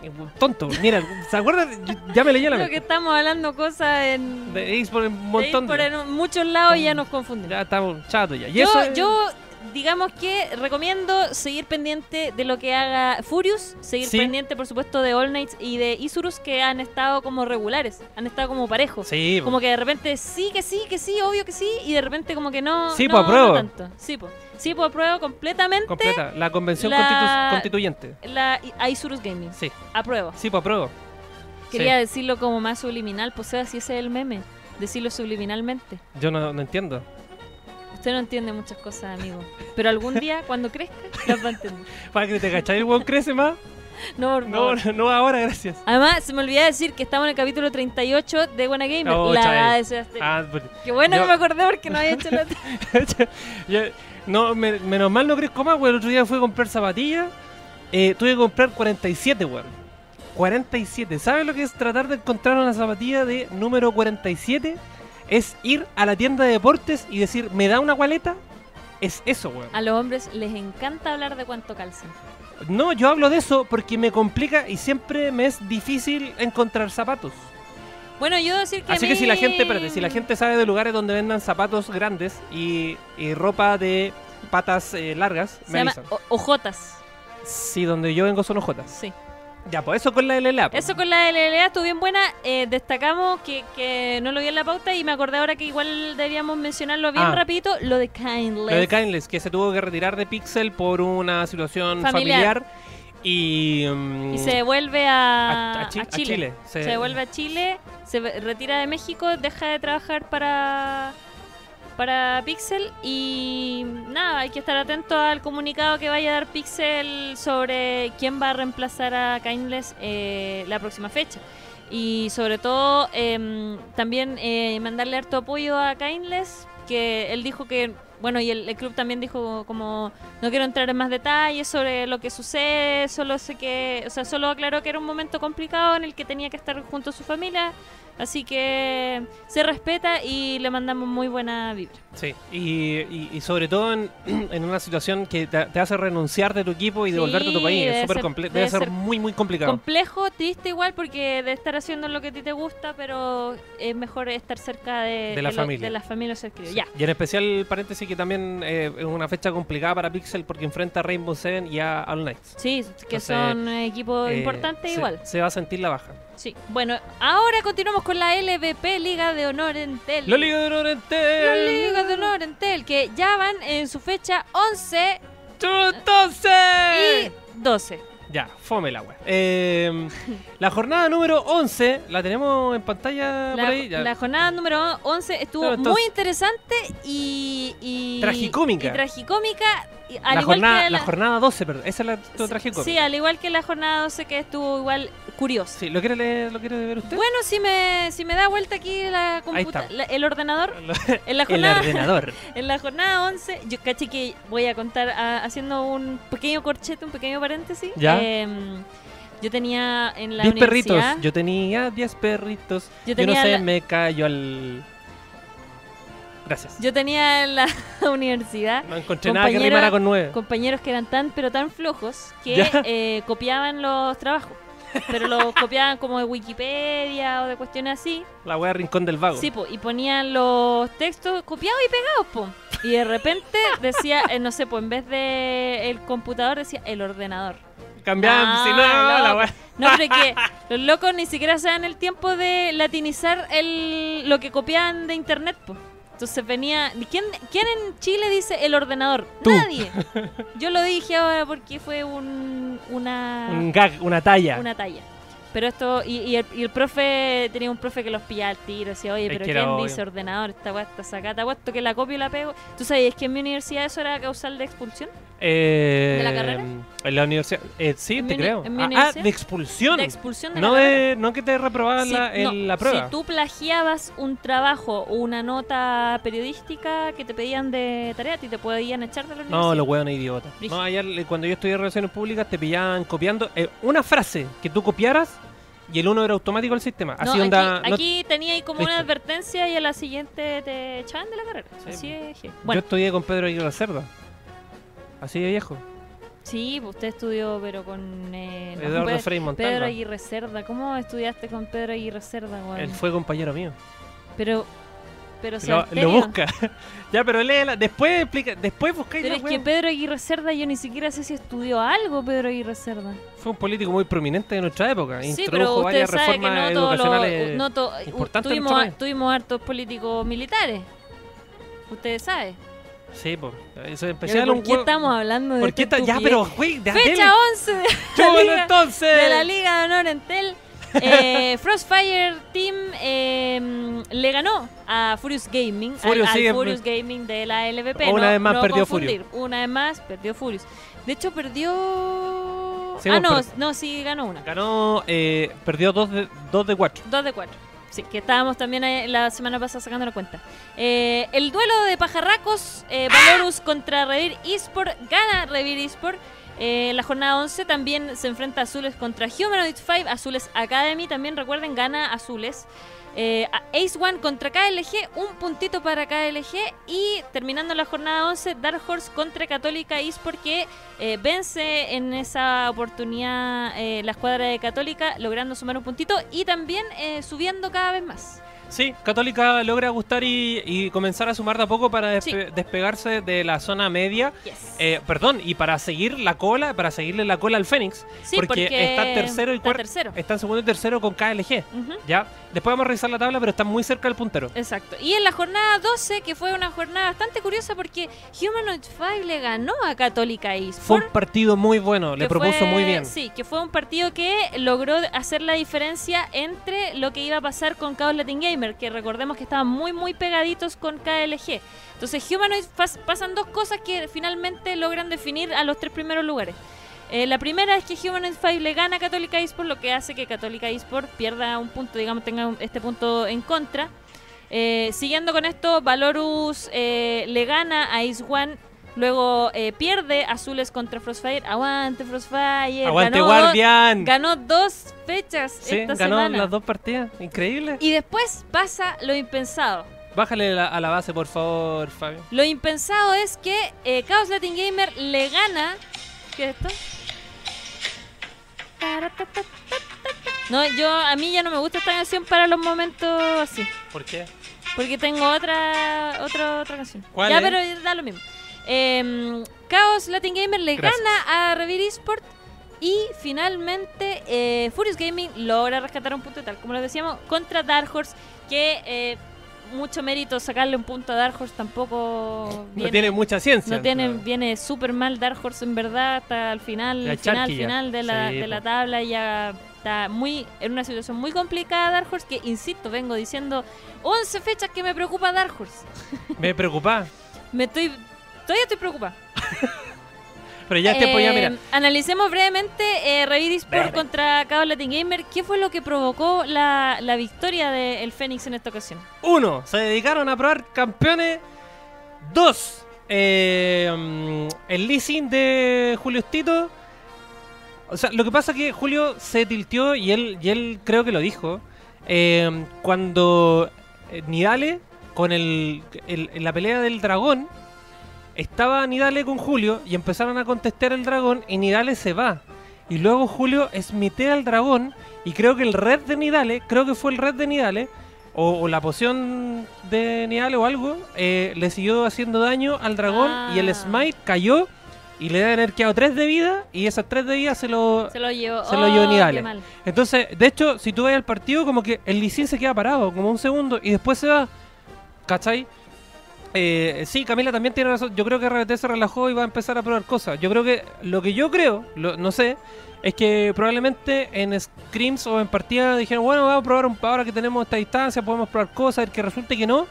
Speaker 2: eh, Tonto, mira, ¿se acuerdan? Yo- Ya me leía la
Speaker 1: Creo que
Speaker 2: mente.
Speaker 1: estamos hablando cosas en, de
Speaker 2: De Xbox, un montón
Speaker 1: por
Speaker 2: de.
Speaker 1: en muchos lados y ya nos confundimos.
Speaker 2: Ya estamos chatos ya. Y
Speaker 1: yo,
Speaker 2: eso es-
Speaker 1: yo, digamos que recomiendo seguir pendiente de lo que haga Furious, seguir
Speaker 2: Sí.
Speaker 1: pendiente, por supuesto, de All Knights y de Isurus, que han estado como regulares, han estado como parejos.
Speaker 2: Sí,
Speaker 1: Como que de repente sí, que sí, que sí, obvio que sí, y de repente como que no.
Speaker 2: Sí,
Speaker 1: no,
Speaker 2: pues, apruebo.
Speaker 1: no tanto. Sí, pues sí, pues, apruebo completamente
Speaker 2: completa. La convención
Speaker 1: la-
Speaker 2: constitu- constituyente.
Speaker 1: la I- a Isurus Gaming.
Speaker 2: Sí,
Speaker 1: Apruebo.
Speaker 2: sí, pues apruebo.
Speaker 1: Quería decirlo como más subliminal, pues sea, si ese es el meme, decirlo subliminalmente.
Speaker 2: Yo no, no entiendo.
Speaker 1: Usted no entiende muchas cosas, amigo, pero algún día, cuando crezca, las va a entender.
Speaker 2: Para que te cachai, el weón crece más.
Speaker 1: No, por
Speaker 2: No,
Speaker 1: favor.
Speaker 2: no, no ahora, gracias.
Speaker 1: Además, se me olvidaba decir que estamos en el capítulo 38 de Buena Gamer.
Speaker 2: Oh,
Speaker 1: la
Speaker 2: chai.
Speaker 1: edad de Sebastián.
Speaker 2: Ah, pues,
Speaker 1: Qué bueno
Speaker 2: yo-
Speaker 1: que me acordé porque no había hecho la otra.
Speaker 2: Ya, no, me- menos mal no crezco más, güey. El otro día fui a comprar zapatillas. eh, tuve que comprar 47, güey. 47. ¿Sabes lo que es tratar de encontrar una zapatilla de número 47? Es ir a la tienda de deportes y decir, ¿me da una gualeta? Es eso, güey.
Speaker 1: A los hombres les encanta hablar de cuánto calzan.
Speaker 2: No, yo hablo de eso porque me complica y siempre me es difícil encontrar zapatos.
Speaker 1: Bueno, yo decir que. a
Speaker 2: Así que
Speaker 1: mí-
Speaker 2: si la gente, espérate, si la gente sabe de lugares donde vendan zapatos grandes y, y ropa de patas eh, largas,
Speaker 1: Se
Speaker 2: me
Speaker 1: llama
Speaker 2: avisan.
Speaker 1: o- ojotas.
Speaker 2: Sí, donde yo vengo son ojotas.
Speaker 1: Sí.
Speaker 2: Ya, pues eso con la LLA. pues.
Speaker 1: Eso con la LLA estuvo bien buena. Eh, destacamos que, que no lo vi en la pauta y me acordé ahora que igual deberíamos mencionarlo bien
Speaker 2: Ah.
Speaker 1: rapidito. Lo de Kindless.
Speaker 2: Lo de Kindless, que se tuvo que retirar de Pixel por una situación
Speaker 1: Familiar.
Speaker 2: familiar, y, mm,
Speaker 1: Y se devuelve a,
Speaker 2: a- a Chi-
Speaker 1: a
Speaker 2: a Chile. Se-
Speaker 1: Se vuelve a Chile, se ve- retira de México, deja de trabajar para para Pixel y nada, hay que estar atento al comunicado que vaya a dar Pixel sobre quién va a reemplazar a Kindless eh, la próxima fecha. Y sobre todo em, también eh, mandarle harto apoyo a Kindless, que él dijo que, bueno, y el, el club también dijo como, no quiero entrar en más detalles sobre lo que sucede, solo sé que, o sea, solo aclaró que era un momento complicado en el que tenía que estar junto a su familia, así que se respeta y le mandamos muy buena vibra.
Speaker 2: Sí, y, y- y sobre todo en, en una situación que te, te hace renunciar de tu equipo y
Speaker 1: Sí,
Speaker 2: devolverte a tu país.
Speaker 1: debe
Speaker 2: es súper
Speaker 1: ser-
Speaker 2: comple-
Speaker 1: debe
Speaker 2: debe ser
Speaker 1: ser
Speaker 2: muy, muy complicado.
Speaker 1: Complejo, triste igual, porque de estar haciendo lo que a ti te gusta, pero es mejor estar cerca de,
Speaker 2: De la
Speaker 1: lo-
Speaker 2: familia.
Speaker 1: de la familia o ser querido.
Speaker 2: Sí.
Speaker 1: Ya.
Speaker 2: Y en especial, paréntesis, que también eh, es una fecha complicada para Pixel porque enfrenta a Rainbow Seven y a All Knights.
Speaker 1: Sí, que
Speaker 2: Entonces,
Speaker 1: son eh, equipos
Speaker 2: Eh,
Speaker 1: importantes
Speaker 2: se-
Speaker 1: igual. Mm.
Speaker 2: Se va a sentir la baja.
Speaker 1: Sí. Bueno, ahora continuamos con la LVP, Liga de Honor en Tel.
Speaker 2: ¡Lo Liga de Honor entero!
Speaker 1: La Liga de Honor Entel, que ya van en su fecha 11 y
Speaker 2: ¡Entonces!
Speaker 1: 12.
Speaker 2: Ya, fome la wea. Eh, la jornada número 11, la tenemos en pantalla Ah, por
Speaker 1: La,
Speaker 2: ahí. ya.
Speaker 1: la jornada número 11 estuvo
Speaker 2: Pero entonces-
Speaker 1: muy interesante y, y-
Speaker 2: Tragicómica.
Speaker 1: y tragicómica. y al
Speaker 2: La
Speaker 1: igual
Speaker 2: jornada,
Speaker 1: que
Speaker 2: la jornada 12, perdón. Esa es la tu trajecómica.
Speaker 1: Sí, al igual que la jornada 12 que estuvo igual curiosa.
Speaker 2: Sí, ¿Lo quiere leer, lo quiere ver usted?
Speaker 1: Bueno, si me, si me da vuelta aquí la computa-
Speaker 2: está.
Speaker 1: la- el ordenador, en la
Speaker 2: El
Speaker 1: jornada
Speaker 2: ordenador.
Speaker 1: En la jornada 11, yo caché que voy a contar ah, haciendo un pequeño corchete, un pequeño paréntesis.
Speaker 2: Ya.
Speaker 1: Em, yo tenía en la
Speaker 2: 10 perritos.
Speaker 1: universidad-
Speaker 2: Yo tenía 10 perritos.
Speaker 1: Yo
Speaker 2: Yo,
Speaker 1: tenía
Speaker 2: no sé,
Speaker 1: la-
Speaker 2: me cayó al. Gracias.
Speaker 1: yo tenía en la universidad
Speaker 2: no encontré nada que
Speaker 1: compañera-
Speaker 2: rimara con 9.
Speaker 1: compañeros que eran tan pero tan flojos que
Speaker 2: Ya.
Speaker 1: eh, copiaban los trabajos. Pero los copiaban como de Wikipedia o de cuestiones así.
Speaker 2: La wea Rincón del Vago.
Speaker 1: Sí, po, y ponían los textos copiados y pegados, po. Y de repente decía, eh, no sé, pues en vez de el computador decía el ordenador.
Speaker 2: Cambiaban,
Speaker 1: Ah,
Speaker 2: si no, la
Speaker 1: loco.
Speaker 2: wea.
Speaker 1: No, pero es que los locos ni siquiera se dan el tiempo de latinizar el, lo que copiaban de internet, pues. Entonces venía. ¿quién, ¿Quién en Chile dice el ordenador?
Speaker 2: Tú.
Speaker 1: Nadie. Yo lo dije ahora porque fue un, una,
Speaker 2: Un gag, una talla.
Speaker 1: una talla. Pero esto. Y, y el, y el profe. Tenía un profe que los pillaba al tiro. Decía, oye,
Speaker 2: Es
Speaker 1: pero
Speaker 2: que
Speaker 1: ¿quién
Speaker 2: era obvio.
Speaker 1: dice ordenador? Esta guata está sacada. Te apuesto que la copio y la pego. ¿Tú sabes que en mi universidad eso era causal de expulsión?
Speaker 2: Eh,
Speaker 1: ¿De la carrera?
Speaker 2: En la universidad. Eh, sí,
Speaker 1: ¿En
Speaker 2: te
Speaker 1: mi uni-
Speaker 2: creo.
Speaker 1: en mi
Speaker 2: Ah, Ah,
Speaker 1: universidad?
Speaker 2: de expulsión.
Speaker 1: De expulsión de la
Speaker 2: no,
Speaker 1: carrera.
Speaker 2: de, no que te reprobaban
Speaker 1: Si-
Speaker 2: la, el-
Speaker 1: no,
Speaker 2: la prueba.
Speaker 1: Si tú plagiabas un trabajo o una nota periodística que te pedían de tarea, a ti te podían echar de
Speaker 2: No,
Speaker 1: la universidad.
Speaker 2: los hueones idiotas.
Speaker 1: Brígido.
Speaker 2: No, allá le- cuando yo estudié relaciones públicas te pillaban copiando eh, una frase que tú copiaras y el uno era automático el sistema.
Speaker 1: No,
Speaker 2: Así onda.
Speaker 1: aquí,
Speaker 2: no-
Speaker 1: aquí tenía ahí como una
Speaker 2: Listo.
Speaker 1: advertencia y a la siguiente te echaban de la carrera.
Speaker 2: Sí.
Speaker 1: Así es. je.
Speaker 2: Yo
Speaker 1: Bueno,
Speaker 2: estudié con Pedro Aguirre Cerda. Así de viejo.
Speaker 1: Sí, pues usted estudió, pero con. eh, no,
Speaker 2: Eduardo
Speaker 1: Pe-
Speaker 2: Frei Montalva.
Speaker 1: Pedro Aguirre Cerda. ¿Cómo estudiaste con Pedro Aguirre Cerda, weón?
Speaker 2: Él fue compañero mío.
Speaker 1: Pero. Pero, o sea,
Speaker 2: Lo,
Speaker 1: ¿en
Speaker 2: lo
Speaker 1: serio?
Speaker 2: busca. ya, pero léela. Después explica, después buscáis
Speaker 1: Pero
Speaker 2: la
Speaker 1: es
Speaker 2: wea.
Speaker 1: que Pedro Aguirre Cerda, yo ni siquiera sé si estudió algo Pedro Aguirre Cerda.
Speaker 2: Fue un político muy prominente de nuestra época.
Speaker 1: Sí, pero
Speaker 2: Introdujo
Speaker 1: usted
Speaker 2: varias
Speaker 1: sabe que
Speaker 2: reformas
Speaker 1: no todos los.
Speaker 2: educacionales.
Speaker 1: No to-
Speaker 2: importantes en
Speaker 1: tuvimos,
Speaker 2: nuestro
Speaker 1: har-
Speaker 2: país.
Speaker 1: tuvimos hartos políticos militares. Ustedes saben.
Speaker 2: Sí, po. Eso
Speaker 1: Ya,
Speaker 2: especial
Speaker 1: pero
Speaker 2: un
Speaker 1: ¿Por qué
Speaker 2: hue-
Speaker 1: estamos hablando de
Speaker 2: ¿Por qué
Speaker 1: esta
Speaker 2: está? Ya, pero,
Speaker 1: estupidez?
Speaker 2: güey, de
Speaker 1: Fecha 11 de
Speaker 2: Chúbalo
Speaker 1: Liga-
Speaker 2: entonces!
Speaker 1: de la Liga de Honor Entel. Eh, Frostfire Team eh, le ganó a Furious Gaming, al-
Speaker 2: Furious
Speaker 1: al,
Speaker 2: sigue-
Speaker 1: Furious Gaming de la LVP.
Speaker 2: Una
Speaker 1: no-
Speaker 2: vez más
Speaker 1: no
Speaker 2: perdió
Speaker 1: confundir. Una vez más perdió Furious. De hecho, perdió.
Speaker 2: Sí,
Speaker 1: ah,
Speaker 2: hemos
Speaker 1: no,
Speaker 2: perdido.
Speaker 1: no, sí, ganó una.
Speaker 2: Ganó, eh, perdió 2 de, dos de 4.
Speaker 1: Dos de cuatro. Sí, que estábamos también eh, la semana pasada sacando la cuenta. Eh, el duelo de pajarracos, eh, Valorus contra Revir Esport, gana Revir Esport. Eh, la jornada 11 también se enfrenta a Azules contra Humanoid 5, Azules Academy también, recuerden, gana Azules. Eh, a- Ace One contra KLG, un puntito para KLG. Y terminando la jornada 11, Dark Horse contra Católica Esport, que eh, vence en esa oportunidad eh, la escuadra de Católica, logrando sumar un puntito y también eh, subiendo cada vez más.
Speaker 2: Sí, Católica logra gustar y, y comenzar a sumar de a poco para despe- despegarse de la zona media.
Speaker 1: Yes.
Speaker 2: Eh, perdón, y para seguir la cola, para seguirle la cola al Fénix.
Speaker 1: Sí,
Speaker 2: porque está tercero y
Speaker 1: está
Speaker 2: cuarto.
Speaker 1: tercero.
Speaker 2: Están segundo y tercero con KLG.
Speaker 1: Ujú,
Speaker 2: Ya, después vamos a revisar la tabla, pero están muy cerca del puntero.
Speaker 1: Exacto. Y en la jornada 12, que fue una jornada bastante curiosa porque Humanoid 5 le ganó a Católica
Speaker 2: Fue
Speaker 1: Esport.
Speaker 2: un partido muy bueno, le
Speaker 1: que
Speaker 2: propuso
Speaker 1: fue-
Speaker 2: muy bien.
Speaker 1: Sí, que fue un partido que logró hacer la diferencia entre lo que iba a pasar con Chaos Latin Gamer, que recordemos que estaban muy, muy pegaditos con KLG. Entonces, Humanoid pas- pasan dos cosas que finalmente logran definir a los tres primeros lugares. Eh, la primera es que Humanoid 5 le gana a Católica Esport, lo que hace que Católica Esport pierda un punto, digamos, tenga un- este punto en contra. Eh, siguiendo con esto, Valorus eh, le gana a Ace One. Luego eh, pierde Azules contra Frostfire. Aguante Frostfire.
Speaker 2: Aguante,
Speaker 1: ganó
Speaker 2: Guardián.
Speaker 1: Dos, ganó dos fechas
Speaker 2: Sí,
Speaker 1: esta
Speaker 2: ganó
Speaker 1: semana.
Speaker 2: las dos partidas. Increíble.
Speaker 1: Y después pasa lo impensado.
Speaker 2: Bájale la- a la base, por favor, Fabio.
Speaker 1: Lo impensado es que eh, Chaos Latin Gamer le gana. ¿Qué es esto? No, yo a mí ya no me gusta esta canción para los momentos así.
Speaker 2: ¿Por qué?
Speaker 1: Porque tengo otra otra, otra canción.
Speaker 2: ¿Cuál
Speaker 1: ya,
Speaker 2: es?
Speaker 1: pero da lo mismo. Em, Chaos Latin Gamer le
Speaker 2: Gracias.
Speaker 1: gana a Revir Esport. Y finalmente eh, Furious Gaming logra rescatar un punto tal como lo decíamos contra Dark Horse. Que eh, mucho mérito sacarle un punto a Dark Horse tampoco
Speaker 2: no tiene mucha ciencia.
Speaker 1: no tiene,
Speaker 2: claro.
Speaker 1: viene súper mal Dark Horse en verdad hasta el final,
Speaker 2: La
Speaker 1: final,
Speaker 2: charquilla.
Speaker 1: final de la,
Speaker 2: Sí,
Speaker 1: de
Speaker 2: po.
Speaker 1: la tabla ya está muy en una situación muy complicada Dark Horse que insisto, vengo diciendo 11 fechas que me preocupa Dark Horse.
Speaker 2: Me preocupa.
Speaker 1: Me estoy todavía estoy preocupada.
Speaker 2: Pero ya este ya,
Speaker 1: Eh,
Speaker 2: mira.
Speaker 1: Analicemos brevemente eh, Revit Sport
Speaker 2: Breve.
Speaker 1: contra Cabo Latin Gamer, ¿qué fue lo que provocó la, la victoria del Fénix en esta ocasión?
Speaker 2: Uno, se dedicaron a probar campeones. Dos, eh, mm, el leasing de Julio Tito. O sea, lo que pasa es que Julio se tilteó y él, y él creo que lo dijo. eh, cuando eh, Nidale, con el, el- en la pelea del dragón, estaba Nidale con Julio y empezaron a contestar el dragón y Nidale se va. Y luego Julio esmitea al dragón y creo que el red de Nidale, creo que fue el red de Nidale, o, o la poción de Nidale o algo, eh, le siguió haciendo daño al dragón y
Speaker 1: Ah.
Speaker 2: el smite cayó y le debe haber quedado 3 de vida y esas 3 de vida se lo...
Speaker 1: Se lo llevó,
Speaker 2: Se lo llevó
Speaker 1: oh, qué
Speaker 2: Nidale.
Speaker 1: mal.
Speaker 2: Entonces, de hecho, si tú vas al partido, como que el Licin se queda parado, como un segundo, y después se va. ¿Cachai? Eh, sí, Camila también tiene razón. Yo creo que RBT se relajó y va a empezar a probar cosas. Yo creo que lo que yo creo, lo- no sé, es que probablemente en scrims o en partidas dijeron, bueno, vamos a probar un, ahora que tenemos esta distancia, podemos probar cosas, el que resulte que no.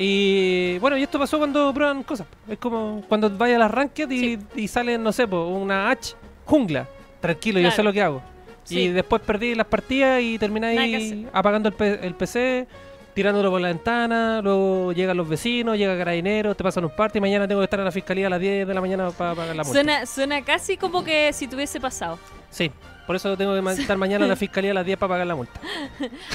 Speaker 2: Y bueno, y esto pasó cuando prueban cosas. Es como cuando vaya a las ranked y, y salen, no sé, po, una H jungla. Tranquilo, yo
Speaker 1: Claro.
Speaker 2: sé lo que hago.
Speaker 1: Sí.
Speaker 2: Y después perdí las partidas y
Speaker 1: Nada que
Speaker 2: termináis
Speaker 1: hacer.
Speaker 2: apagando el, pe- el PC, tirándolo por la ventana, luego llegan los vecinos, llega carabineros, te pasan un parte y mañana tengo que estar en la fiscalía a las 10 de la mañana para pagar la multa.
Speaker 1: Suena, suena casi como que si tuviese pasado.
Speaker 2: Sí, Por eso tengo que ma- estar mañana en la fiscalía a las 10 para pagar la multa.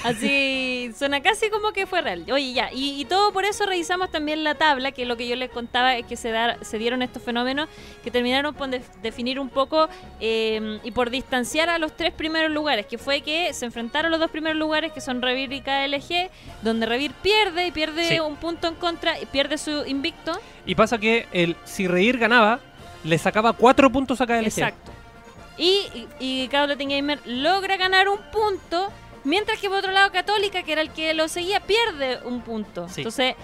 Speaker 1: Así suena casi como que fue real. Oye, ya, y, y todo por eso revisamos también la tabla, que lo que yo les contaba es que se, dar- se dieron estos fenómenos que terminaron por def- definir un poco eh, y por distanciar a los tres primeros lugares, que fue que se enfrentaron los dos primeros lugares, que son Revir y KLG, donde Revir pierde y pierde
Speaker 2: Sí.
Speaker 1: un punto en contra y pierde su invicto.
Speaker 2: Y pasa que el si reír ganaba, le sacaba 4 puntos a cada elección.
Speaker 1: Exacto. Y, y, y Cabo Latin Gamer logra ganar un punto, mientras que por otro lado Católica, que era el que lo seguía, pierde un punto.
Speaker 2: Sí.
Speaker 1: Entonces,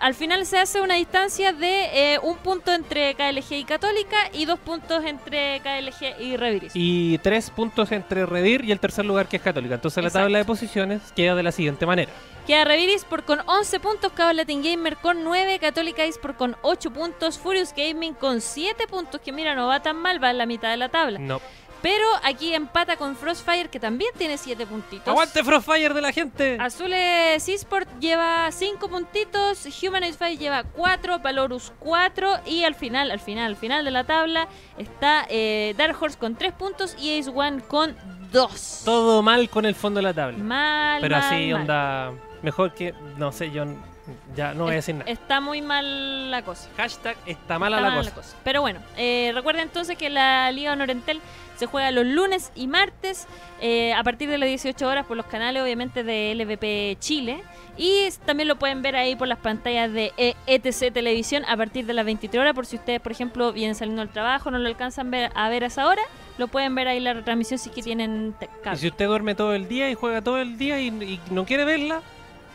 Speaker 1: al final se hace una distancia de eh, un punto entre KLG y Católica y dos puntos entre KLG y Reviris.
Speaker 2: Y 3 puntos entre Redir y el tercer lugar que es Católica. Entonces la
Speaker 1: Exacto.
Speaker 2: tabla de posiciones queda de la siguiente manera.
Speaker 1: Queda Reviris por con 11 puntos, Cabo Latin Gamer con 9, Católica Isport con 8 puntos, Furious Gaming con 7 puntos, que mira, no va tan mal, va en la mitad de la tabla.
Speaker 2: No.
Speaker 1: Pero aquí empata con Frostfire, que también tiene 7 puntitos.
Speaker 2: ¡Aguante Frostfire de la gente!
Speaker 1: Azules Esport lleva 5 puntitos, Humanoid Fight lleva 4, Valorus 4 y al final, al final, al final de la tabla está eh, Dark Horse con 3 puntos y Ace One con 2.
Speaker 2: Todo mal con el fondo de la tabla.
Speaker 1: mal,
Speaker 2: Pero
Speaker 1: mal,
Speaker 2: así,
Speaker 1: mal.
Speaker 2: onda. Mejor que. No sé, yo. n- Ya no voy a
Speaker 1: Es-
Speaker 2: decir nada.
Speaker 1: Está muy mal la cosa.
Speaker 2: Hashtag está mala,
Speaker 1: Está
Speaker 2: la,
Speaker 1: mala
Speaker 2: cosa.
Speaker 1: la cosa. Pero bueno, eh, recuerden entonces que la Liga Norentel se juega los lunes y martes eh, a partir de las 18 horas por los canales obviamente de LVP Chile y es- también lo pueden ver ahí por las pantallas de E- ETC Televisión a partir de las 23 horas por si ustedes por ejemplo vienen saliendo del trabajo, no lo alcanzan ver- a ver a esa hora, lo pueden ver ahí la retransmisión si es que tienen te-
Speaker 2: Y
Speaker 1: cable.
Speaker 2: si usted duerme todo el día y juega todo el día y, y no quiere verla,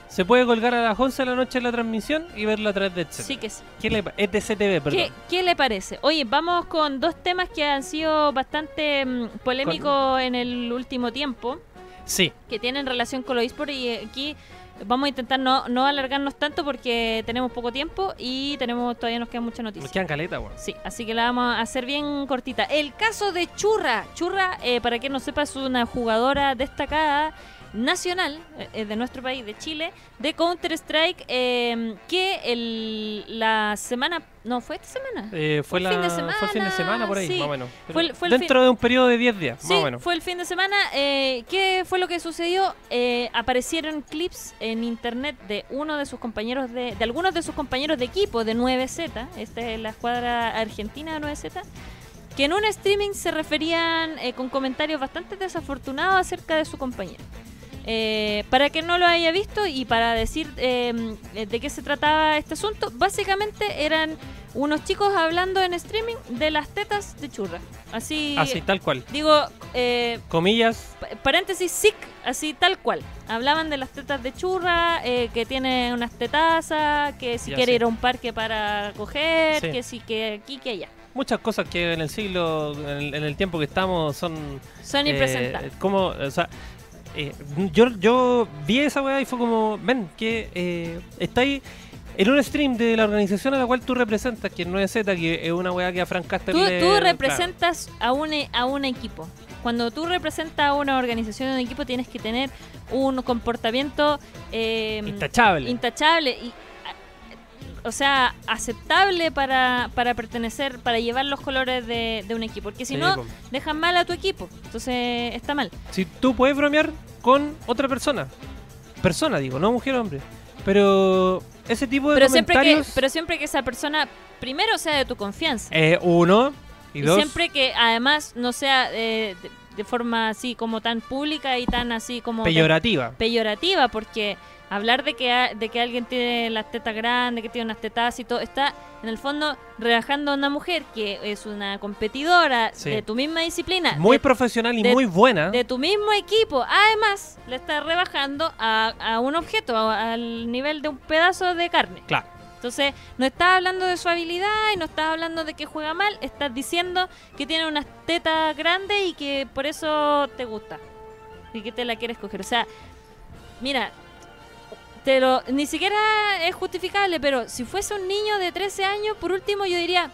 Speaker 2: se puede colgar a las 11 de la noche la transmisión y verla a través de etc.
Speaker 1: Sí que sí.
Speaker 2: ¿Qué le pa- ETC TV, perdón.
Speaker 1: ¿Qué, qué le parece? Oye, vamos con dos temas que han sido bastante mm, polémicos en el último tiempo.
Speaker 2: Sí,
Speaker 1: que tienen relación con los eSports y eh, aquí vamos a intentar no, no alargarnos tanto porque tenemos poco tiempo y tenemos todavía nos quedan muchas
Speaker 2: nos
Speaker 1: noticias.
Speaker 2: quedan caleta, weón.
Speaker 1: Sí, así que la vamos a hacer bien cortita. El caso de Churra. Churra, eh, para quien no sepa, es una jugadora destacada nacional eh, eh, de nuestro país, de Chile, de Counter-Strike, eh, que el, la semana... No, fue esta semana.
Speaker 2: Eh, fue,
Speaker 1: Fue
Speaker 2: la,
Speaker 1: fin de
Speaker 2: fue el fin de
Speaker 1: semana,
Speaker 2: semana por ahí,
Speaker 1: sí.
Speaker 2: más o menos. Pero
Speaker 1: Fue el- fue el
Speaker 2: dentro de un periodo de 10 días,
Speaker 1: Sí,
Speaker 2: más o menos.
Speaker 1: fue el fin de semana. Eh, ¿Qué fue lo que sucedió? Eh, aparecieron clips en internet de uno de sus compañeros, de, de algunos de sus compañeros de equipo de 9Z, esta es la escuadra argentina de 9Z, que en un streaming se referían eh, con comentarios bastante desafortunados acerca de su compañero. Eh, para que no lo haya visto y para decir eh, de qué se trataba este asunto, básicamente eran unos chicos hablando en streaming de las tetas de churra. Así,
Speaker 2: Así, tal cual.
Speaker 1: Digo, eh,
Speaker 2: Comillas,
Speaker 1: pa- paréntesis, sic, así tal cual. Hablaban de las tetas de churra, eh, que tiene unas tetazas, que si
Speaker 2: Ya,
Speaker 1: quiere
Speaker 2: sí.
Speaker 1: ir a un parque para coger,
Speaker 2: Sí.
Speaker 1: que si que aquí, que allá.
Speaker 2: muchas cosas que en el siglo, en el- en el tiempo que estamos, son
Speaker 1: Son
Speaker 2: Eh,
Speaker 1: impresentables.
Speaker 2: como, o sea, eh, yo, yo vi esa weá y fue como, ven, que eh, está ahí en un stream de la organización a la cual tú representas, que no es Z, que es una weá que a Frank Caster
Speaker 1: Tú,
Speaker 2: le-
Speaker 1: tú
Speaker 2: este claro.
Speaker 1: representas a, un, e- a un equipo. Cuando tú representas a una organización, a un equipo, tienes que tener un comportamiento eh,
Speaker 2: Intachable.
Speaker 1: intachable y a- o sea aceptable para, para pertenecer para llevar los colores de, de un equipo porque si
Speaker 2: Sí,
Speaker 1: no
Speaker 2: po.
Speaker 1: dejan mal a tu equipo entonces está mal
Speaker 2: Si tú puedes bromear con otra persona. Persona, digo, no mujer o hombre. Pero ese tipo de
Speaker 1: pero siempre que
Speaker 2: comentarios...
Speaker 1: pero siempre que esa persona primero sea de tu confianza
Speaker 2: eh, uno y,
Speaker 1: y,
Speaker 2: dos...
Speaker 1: siempre que además no sea eh, de, de forma así como tan pública y tan así como de-
Speaker 2: Peyorativa.
Speaker 1: peyorativa porque hablar de que, a- de que alguien tiene las tetas grandes, que tiene unas tetas y todo, está en el fondo relajando a una mujer que es una competidora
Speaker 2: Sí.
Speaker 1: de tu misma disciplina,
Speaker 2: Muy
Speaker 1: Ah, de,
Speaker 2: profesional y
Speaker 1: de-
Speaker 2: muy buena.
Speaker 1: de tu mismo equipo. Además, le está rebajando a, a un objeto, a- al nivel de un pedazo de carne.
Speaker 2: Claro.
Speaker 1: Entonces, no estás hablando de su habilidad y no estás hablando de que juega mal, estás diciendo que tiene unas tetas grandes y que por eso te gusta y que te la quieres coger. O sea, mira, te lo, ni siquiera es justificable, pero si fuese un niño de 13 años, por último, yo diría,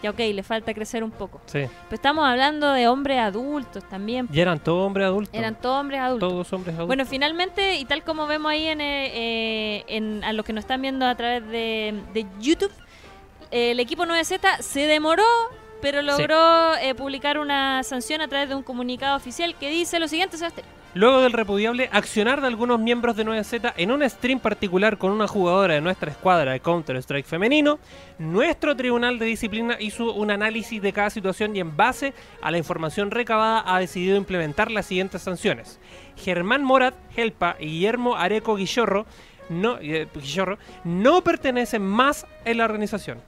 Speaker 1: ya ok, le falta crecer un poco.
Speaker 2: Sí.
Speaker 1: Pero estamos hablando de hombres adultos también,
Speaker 2: Y eran todos hombres adultos.
Speaker 1: eran todos hombres adultos.
Speaker 2: todos hombres adultos.
Speaker 1: Bueno, finalmente, y tal como vemos ahí en, eh, eh, en- a los que nos están viendo a través de, de YouTube, eh, el equipo 9Z se demoró pero logró eh, publicar una sanción a través de un comunicado oficial que dice lo siguiente, Sebastián.
Speaker 2: Luego del repudiable accionar de algunos miembros de 9Z en un stream particular con una jugadora de nuestra escuadra de Counter-Strike femenino, nuestro tribunal de disciplina hizo un análisis de cada situación y en base a la información recabada ha decidido implementar las siguientes sanciones. Germán Morat, Helpa y Guillermo Areco Guillorro no, eh, Guillorro, no pertenecen más en la organización.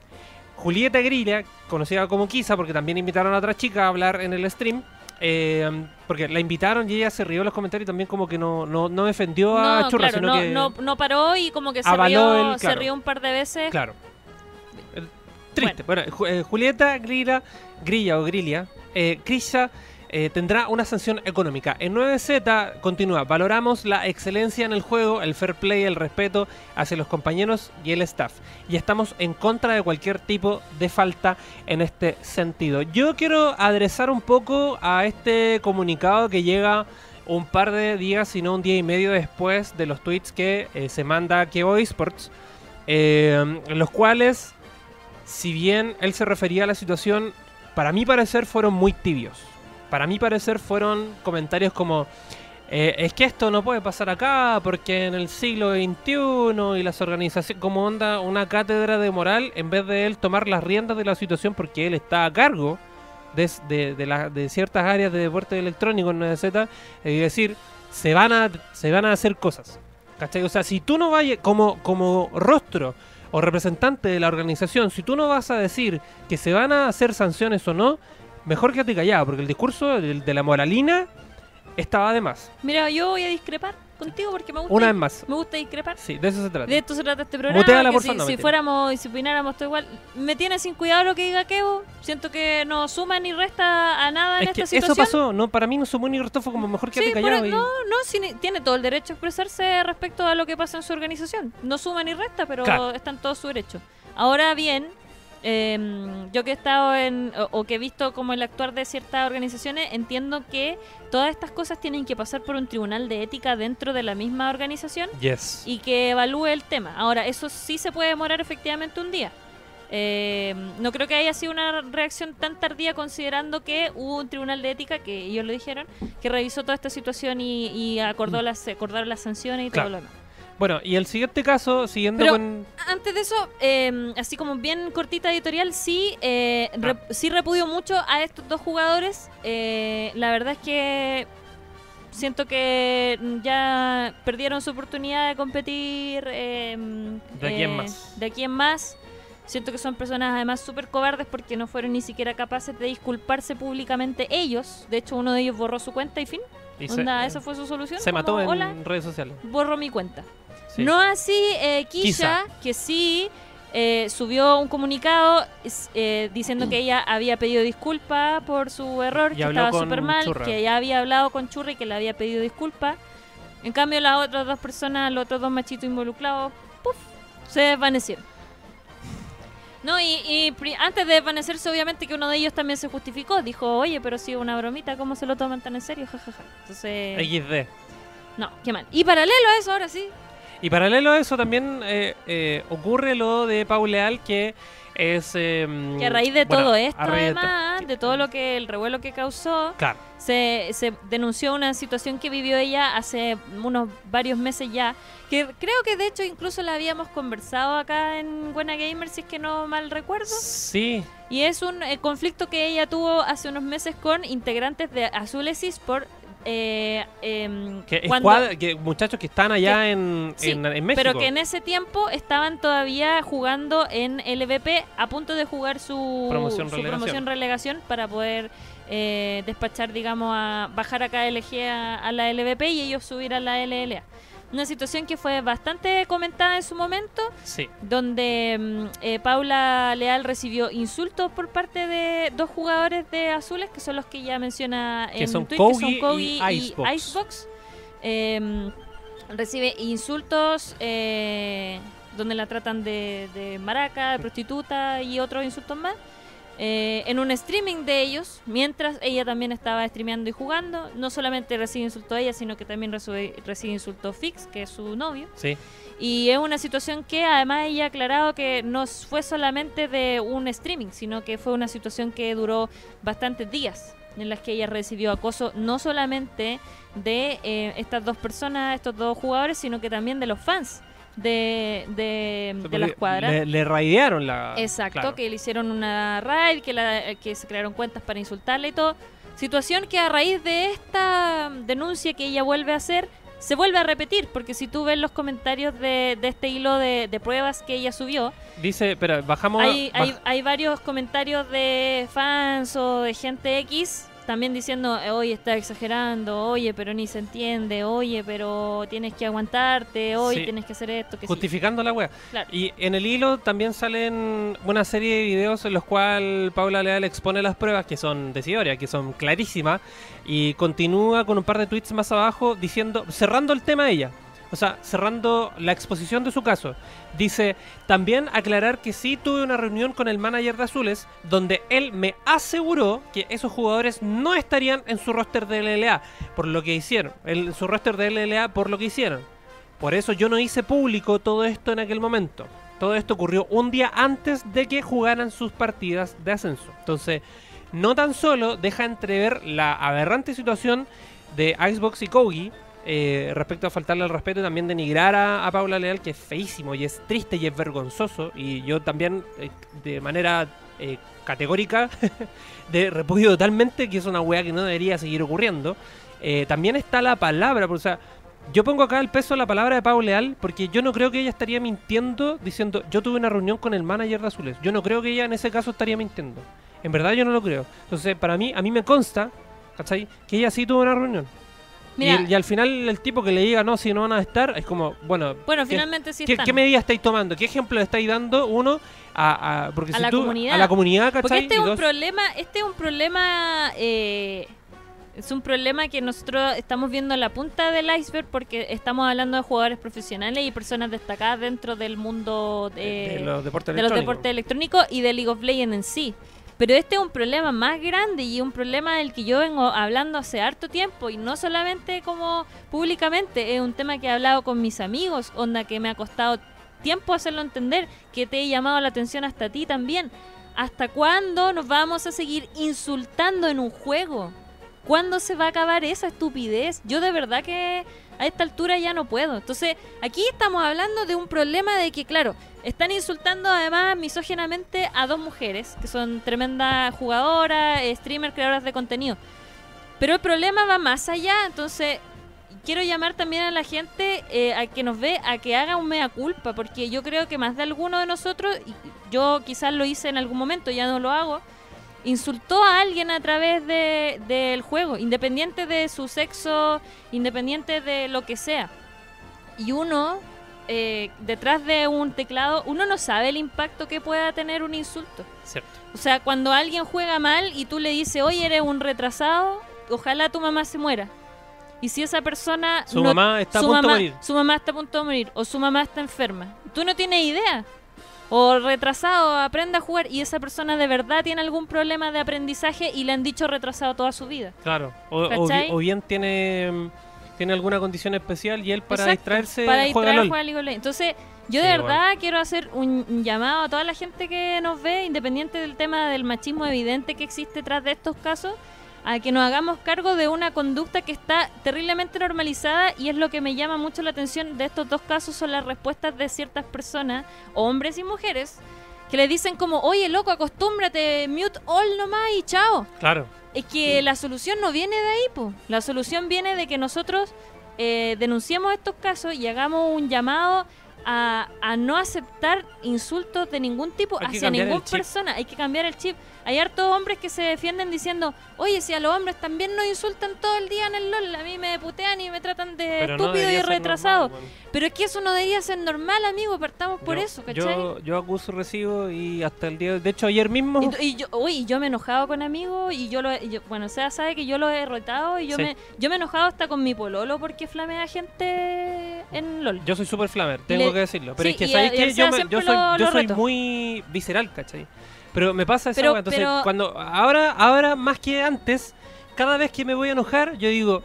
Speaker 2: Julieta Grilla, conocida como Kisa, porque también invitaron a otra chica a hablar en el stream, eh, porque la invitaron y ella se rió en los comentarios y también como que no, no, no defendió a
Speaker 1: no,
Speaker 2: Churra,
Speaker 1: claro,
Speaker 2: sino
Speaker 1: no,
Speaker 2: que...
Speaker 1: no, no paró y como que se
Speaker 2: avaló
Speaker 1: rió,
Speaker 2: el-
Speaker 1: se
Speaker 2: claro.
Speaker 1: rió un par de veces.
Speaker 2: Claro. Eh, Triste. Bueno, Ju- eh, Julieta Grilla, Grilla o Grilla, eh, Grilla, eh, tendrá una sanción económica. En 9Z continúa, valoramos la excelencia en el juego, el fair play, el respeto hacia los compañeros y el staff. Y estamos en contra de cualquier tipo de falta en este sentido. Yo quiero adresar un poco a este comunicado que llega un par de días, si no un día y medio después de los tweets que eh, se manda a Kevo Esports eh, en los cuales, si bien él se refería a la situación, para mi parecer fueron muy tibios. Para mi parecer fueron comentarios como, eh, es que esto no puede pasar acá porque en el siglo XXI y las organizaciones, como onda una cátedra de moral, en vez de él tomar las riendas de la situación porque él está a cargo de, s- de- de la- de ciertas áreas de deporte electrónico en 9Z, eh, y decir, se van, a, se van a hacer cosas. ¿Cachai? O sea, si tú no vayas como, como rostro o representante de la organización, si tú no vas a decir que se van a hacer sanciones o no, mejor quédate callado, porque el discurso del- de, la moralina estaba de más.
Speaker 1: Mira, yo voy a discrepar contigo porque me gusta,
Speaker 2: Una vez más.
Speaker 1: me gusta discrepar.
Speaker 2: Sí, de eso se trata.
Speaker 1: De esto se trata este programa.
Speaker 2: Mutea la
Speaker 1: que
Speaker 2: por
Speaker 1: si,
Speaker 2: favor, no,
Speaker 1: si
Speaker 2: mentira.
Speaker 1: fuéramos y si opináramos todo igual, me tiene sin cuidado lo que diga Kevo. Siento que no suma ni resta a nada en
Speaker 2: es que
Speaker 1: esta
Speaker 2: eso
Speaker 1: situación.
Speaker 2: pasó, no, para mí no sumó ni restó, fue como mejor quédate
Speaker 1: Sí, pero
Speaker 2: callado. y-
Speaker 1: no, no, sí, ni- tiene todo el derecho a expresarse respecto a lo que pasa en su organización. No suma ni resta, pero
Speaker 2: Claro.
Speaker 1: está en todo su derecho. Ahora bien, eh, yo que he estado en, o, o que he visto como el actuar de ciertas organizaciones, entiendo que todas estas cosas tienen que pasar por un tribunal de ética dentro de la misma organización
Speaker 2: Yes.
Speaker 1: y que evalúe el tema. Ahora, eso sí se puede demorar efectivamente un día. Eh, no creo que haya sido una reacción tan tardía considerando que hubo un tribunal de ética, que ellos lo dijeron, que revisó toda esta situación y, y acordó las, acordaron las sanciones y
Speaker 2: Claro.
Speaker 1: todo lo demás.
Speaker 2: Bueno, y el siguiente caso, siguiendo
Speaker 1: Pero-
Speaker 2: con...
Speaker 1: Antes de eso, eh, así como bien cortita editorial, sí, eh,
Speaker 2: Ah.
Speaker 1: re- sí repudio mucho a estos dos jugadores. Eh, la verdad es que siento que ya perdieron su oportunidad de competir. eh,
Speaker 2: De aquí en más.
Speaker 1: De aquí en más. Siento que son personas además súper cobardes porque no fueron ni siquiera capaces de disculparse públicamente ellos. De hecho, uno de ellos borró su cuenta y fin.
Speaker 2: y
Speaker 1: Onda,
Speaker 2: se,
Speaker 1: esa fue su solución.
Speaker 2: se mató
Speaker 1: como,
Speaker 2: en
Speaker 1: Hola,
Speaker 2: redes sociales.
Speaker 1: borro mi cuenta.
Speaker 2: Sí.
Speaker 1: No así eh, Kisha,
Speaker 2: Quizá.
Speaker 1: que sí eh, subió un comunicado es- eh, diciendo que ella había pedido disculpa por su error,
Speaker 2: Y
Speaker 1: que
Speaker 2: habló
Speaker 1: estaba
Speaker 2: con
Speaker 1: súper mal,
Speaker 2: Churra.
Speaker 1: que ya había hablado con Churri y que le había pedido disculpa. En cambio, las otras dos personas, los otros dos machitos involucrados, ¡puf! se desvanecieron. No, y, y pri- antes de desvanecerse, obviamente que uno de ellos también se justificó. Dijo, oye, pero sí, una bromita, ¿cómo se lo toman tan en serio? Ja, ja, ja. Entonces,
Speaker 2: XD.
Speaker 1: no, qué mal. Y paralelo a eso, ahora sí,
Speaker 2: Y paralelo a eso también eh, eh, ocurre lo de Paul Leal, que es... eh,
Speaker 1: Que a raíz de
Speaker 2: bueno,
Speaker 1: todo
Speaker 2: a
Speaker 1: esto,
Speaker 2: raíz de to-
Speaker 1: además, de todo lo que el revuelo que causó,
Speaker 2: Claro,
Speaker 1: se, se denunció una situación que vivió ella hace unos varios meses ya, que creo que de hecho incluso la habíamos conversado acá en Buena Gamer, si es que no mal recuerdo,
Speaker 2: sí,
Speaker 1: y es un eh, conflicto que ella tuvo hace unos meses con integrantes de Azules Esports. eh, em,
Speaker 2: que,
Speaker 1: cuando-
Speaker 2: escuadra- que muchachos que están allá en,
Speaker 1: Sí,
Speaker 2: en, en México.
Speaker 1: Pero que en ese tiempo estaban todavía jugando en LVP, a punto de jugar su
Speaker 2: Promoción,
Speaker 1: su
Speaker 2: relegación.
Speaker 1: promoción relegación para poder eh, despachar, digamos, a bajar a KLG a, a la LVP y ellos subir a la LLA. Una situación que fue bastante comentada en su momento,
Speaker 2: Sí,
Speaker 1: donde mm, eh, Paula Leal recibió insultos por parte de dos jugadores de Azules, que son los que ya menciona
Speaker 2: Que
Speaker 1: en
Speaker 2: son
Speaker 1: Twitter,
Speaker 2: Kogi
Speaker 1: que
Speaker 2: y
Speaker 1: son Kogi y,
Speaker 2: Icebox.
Speaker 1: Icebox. Eh, recibe insultos eh, donde la tratan de, de maraca, de prostituta y otros insultos más. eh, en un streaming de ellos, mientras ella también estaba streameando y jugando. No solamente recibe insulto a ella, sino que también recibe, recibe insulto Fix, que es su novio.
Speaker 2: Sí.
Speaker 1: Y es una situación que además ella ha aclarado que no fue solamente de un streaming, sino que fue una situación que duró bastantes días en las que ella recibió acoso no solamente de eh, estas dos personas, estos dos jugadores, sino que también de los fans de, de, de la escuadra.
Speaker 2: Le, le raidearon la.
Speaker 1: Exacto,
Speaker 2: Ah, claro.
Speaker 1: que le hicieron una raid, que, la, que se crearon cuentas para insultarle y todo. Situación que a raíz de esta denuncia que ella vuelve a hacer, se vuelve a repetir, porque si tú ves los comentarios de, de este hilo de, de pruebas que ella subió,
Speaker 2: Dice, espera, bajamos.
Speaker 1: hay, hay,
Speaker 2: baj-
Speaker 1: hay varios comentarios de fans o de gente X también diciendo, eh, oye, está exagerando, oye, pero ni se entiende, oye, pero tienes que aguantarte, oye,
Speaker 2: Sí.
Speaker 1: tienes que hacer esto, que sí".
Speaker 2: Justificando la wea.
Speaker 1: Claro.
Speaker 2: Y en el hilo también salen una serie de videos en los cuales Paula Leal expone las pruebas que son decidorias, que son clarísimas, y continúa con un par de tweets más abajo diciendo, cerrando el tema ella. O sea, cerrando la exposición de su caso. Dice, también aclarar que sí tuve una reunión con el manager de Azules, donde él me aseguró que esos jugadores no estarían en su roster de LLA, por lo que hicieron. En su roster de LLA, por lo que hicieron. Por eso yo no hice público todo esto en aquel momento. Todo esto ocurrió un día antes de que jugaran sus partidas de ascenso. Entonces, no tan solo deja entrever la aberrante situación de Xbox y Kogi eh, respecto a faltarle al respeto y también denigrar a, a Paula Leal, que es feísimo y es triste y es vergonzoso. Y yo también, eh, de manera eh, categórica, de repudio totalmente, que es una weá que no debería seguir ocurriendo. Eh, también está la palabra, pues, o sea, yo pongo acá el peso a la palabra de Pau Leal porque yo no creo que ella estaría mintiendo diciendo yo tuve una reunión con el manager de Azules. Yo no creo que ella en ese caso estaría mintiendo. En verdad yo no lo creo. Entonces, para mí, a mí me consta, ¿cachai? Que ella sí tuvo una reunión. Y,
Speaker 1: Mira,
Speaker 2: el- y al final el tipo que le diga no, si no van a estar, es como, bueno,
Speaker 1: bueno,
Speaker 2: ¿qué-
Speaker 1: finalmente sí
Speaker 2: ¿qué,
Speaker 1: están.
Speaker 2: qué medida estáis tomando? ¿Qué ejemplo le estáis dando uno a, a- porque
Speaker 1: A
Speaker 2: si
Speaker 1: la
Speaker 2: tú-
Speaker 1: comunidad.
Speaker 2: a la comunidad, ¿cachai?
Speaker 1: Porque este
Speaker 2: Y
Speaker 1: es un
Speaker 2: dos-
Speaker 1: problema, este es un problema, eh, es un problema que nosotros estamos viendo la punta del iceberg porque estamos hablando de jugadores profesionales y personas destacadas dentro del mundo
Speaker 2: de,
Speaker 1: eh,
Speaker 2: de los deportes
Speaker 1: de los
Speaker 2: electrónicos.
Speaker 1: deportes electrónicos y de League of Legends en sí. Pero este es un problema más grande y un problema del que yo vengo hablando hace harto tiempo y no solamente como públicamente, es un tema que he hablado con mis amigos, onda que me ha costado tiempo hacerlo entender, que te he llamado la atención hasta a ti también. ¿Hasta cuándo nos vamos a seguir insultando en un juego? ¿Cuándo se va a acabar esa estupidez? Yo de verdad que a esta altura ya no puedo. Entonces, aquí estamos hablando de un problema de que, claro, están insultando además misóginamente a dos mujeres, que son tremendas jugadoras, eh, streamers, creadoras de contenido. Pero el problema va más allá, entonces quiero llamar también a la gente eh, a que nos ve, a que haga un mea culpa, porque yo creo que más de alguno de nosotros, y yo quizás lo hice en algún momento, ya no lo hago, insultó a alguien a través de- del juego, independiente de su sexo, independiente de lo que sea. Y uno, eh, detrás de un teclado, uno no sabe el impacto que pueda tener un insulto.
Speaker 2: Cierto.
Speaker 1: O sea, cuando alguien juega mal y tú le dices, oye, eres un retrasado, ojalá tu mamá se muera. Y si esa persona...
Speaker 2: Su
Speaker 1: no-
Speaker 2: mamá está a
Speaker 1: su
Speaker 2: punto
Speaker 1: mamá,
Speaker 2: de morir.
Speaker 1: Su mamá está a punto de morir o su mamá está enferma. Tú no tienes idea. O retrasado, aprenda a jugar y esa persona de verdad tiene algún problema de aprendizaje y le han dicho retrasado toda su vida.
Speaker 2: Claro, o, o bi-
Speaker 1: ¿Cachai?
Speaker 2: o bien tiene, mm, tiene alguna condición especial y él para
Speaker 1: Exacto,
Speaker 2: distraerse
Speaker 1: para
Speaker 2: juega
Speaker 1: distraer,
Speaker 2: LOL.
Speaker 1: juega League of Legends. Entonces, yo
Speaker 2: Sí,
Speaker 1: de
Speaker 2: bueno.
Speaker 1: verdad quiero hacer un un llamado a toda la gente que nos ve, independiente del tema del machismo evidente que existe tras de estos casos, a que nos hagamos cargo de una conducta que está terriblemente normalizada y es lo que me llama mucho la atención de estos dos casos son las respuestas de ciertas personas, hombres y mujeres, que le dicen como, oye loco, acostúmbrate, mute all nomás y chao.
Speaker 2: Claro,
Speaker 1: Es que la solución no viene de ahí, po. La solución viene de que nosotros eh, denunciemos estos casos y hagamos un llamado a, a no aceptar insultos de ningún tipo
Speaker 2: Hay que
Speaker 1: hacia
Speaker 2: cambiar el
Speaker 1: ninguna
Speaker 2: chip.
Speaker 1: persona. Hay que cambiar el chip. Hay hartos hombres que se defienden diciendo, oye, si a los hombres también nos insultan todo el día en el LOL, a mí me putean y me tratan de
Speaker 2: pero no
Speaker 1: estúpido y
Speaker 2: debería ser
Speaker 1: retrasado.
Speaker 2: normal, weón.
Speaker 1: Pero es que eso no debería ser normal, amigo. Partamos por
Speaker 2: Yo-
Speaker 1: eso, ¿cachai?
Speaker 2: yo, yo acuso, recibo y hasta el día... De hecho, ayer mismo...
Speaker 1: Y, tú- y yo, uy, y yo me he enojado con amigos y yo lo he- y yo- bueno, o sea, sabe que yo lo he retado y yo
Speaker 2: Sí.
Speaker 1: me yo me he enojado hasta con mi pololo porque flamea gente en LOL.
Speaker 2: Yo soy súper flamer, tengo
Speaker 1: le-
Speaker 2: que decirlo. Pero
Speaker 1: sí,
Speaker 2: es que,
Speaker 1: y a-
Speaker 2: ¿sabéis
Speaker 1: y
Speaker 2: qué?
Speaker 1: al
Speaker 2: Yo,
Speaker 1: Seba
Speaker 2: me- yo
Speaker 1: siempre
Speaker 2: soy,
Speaker 1: lo-
Speaker 2: yo
Speaker 1: lo
Speaker 2: soy
Speaker 1: reto.
Speaker 2: muy visceral, ¿cachai? Pero me pasa esa
Speaker 1: Pero-
Speaker 2: hueá, Entonces,
Speaker 1: pero-
Speaker 2: cuando ahora, ahora más que antes, cada vez que me voy a enojar, yo digo,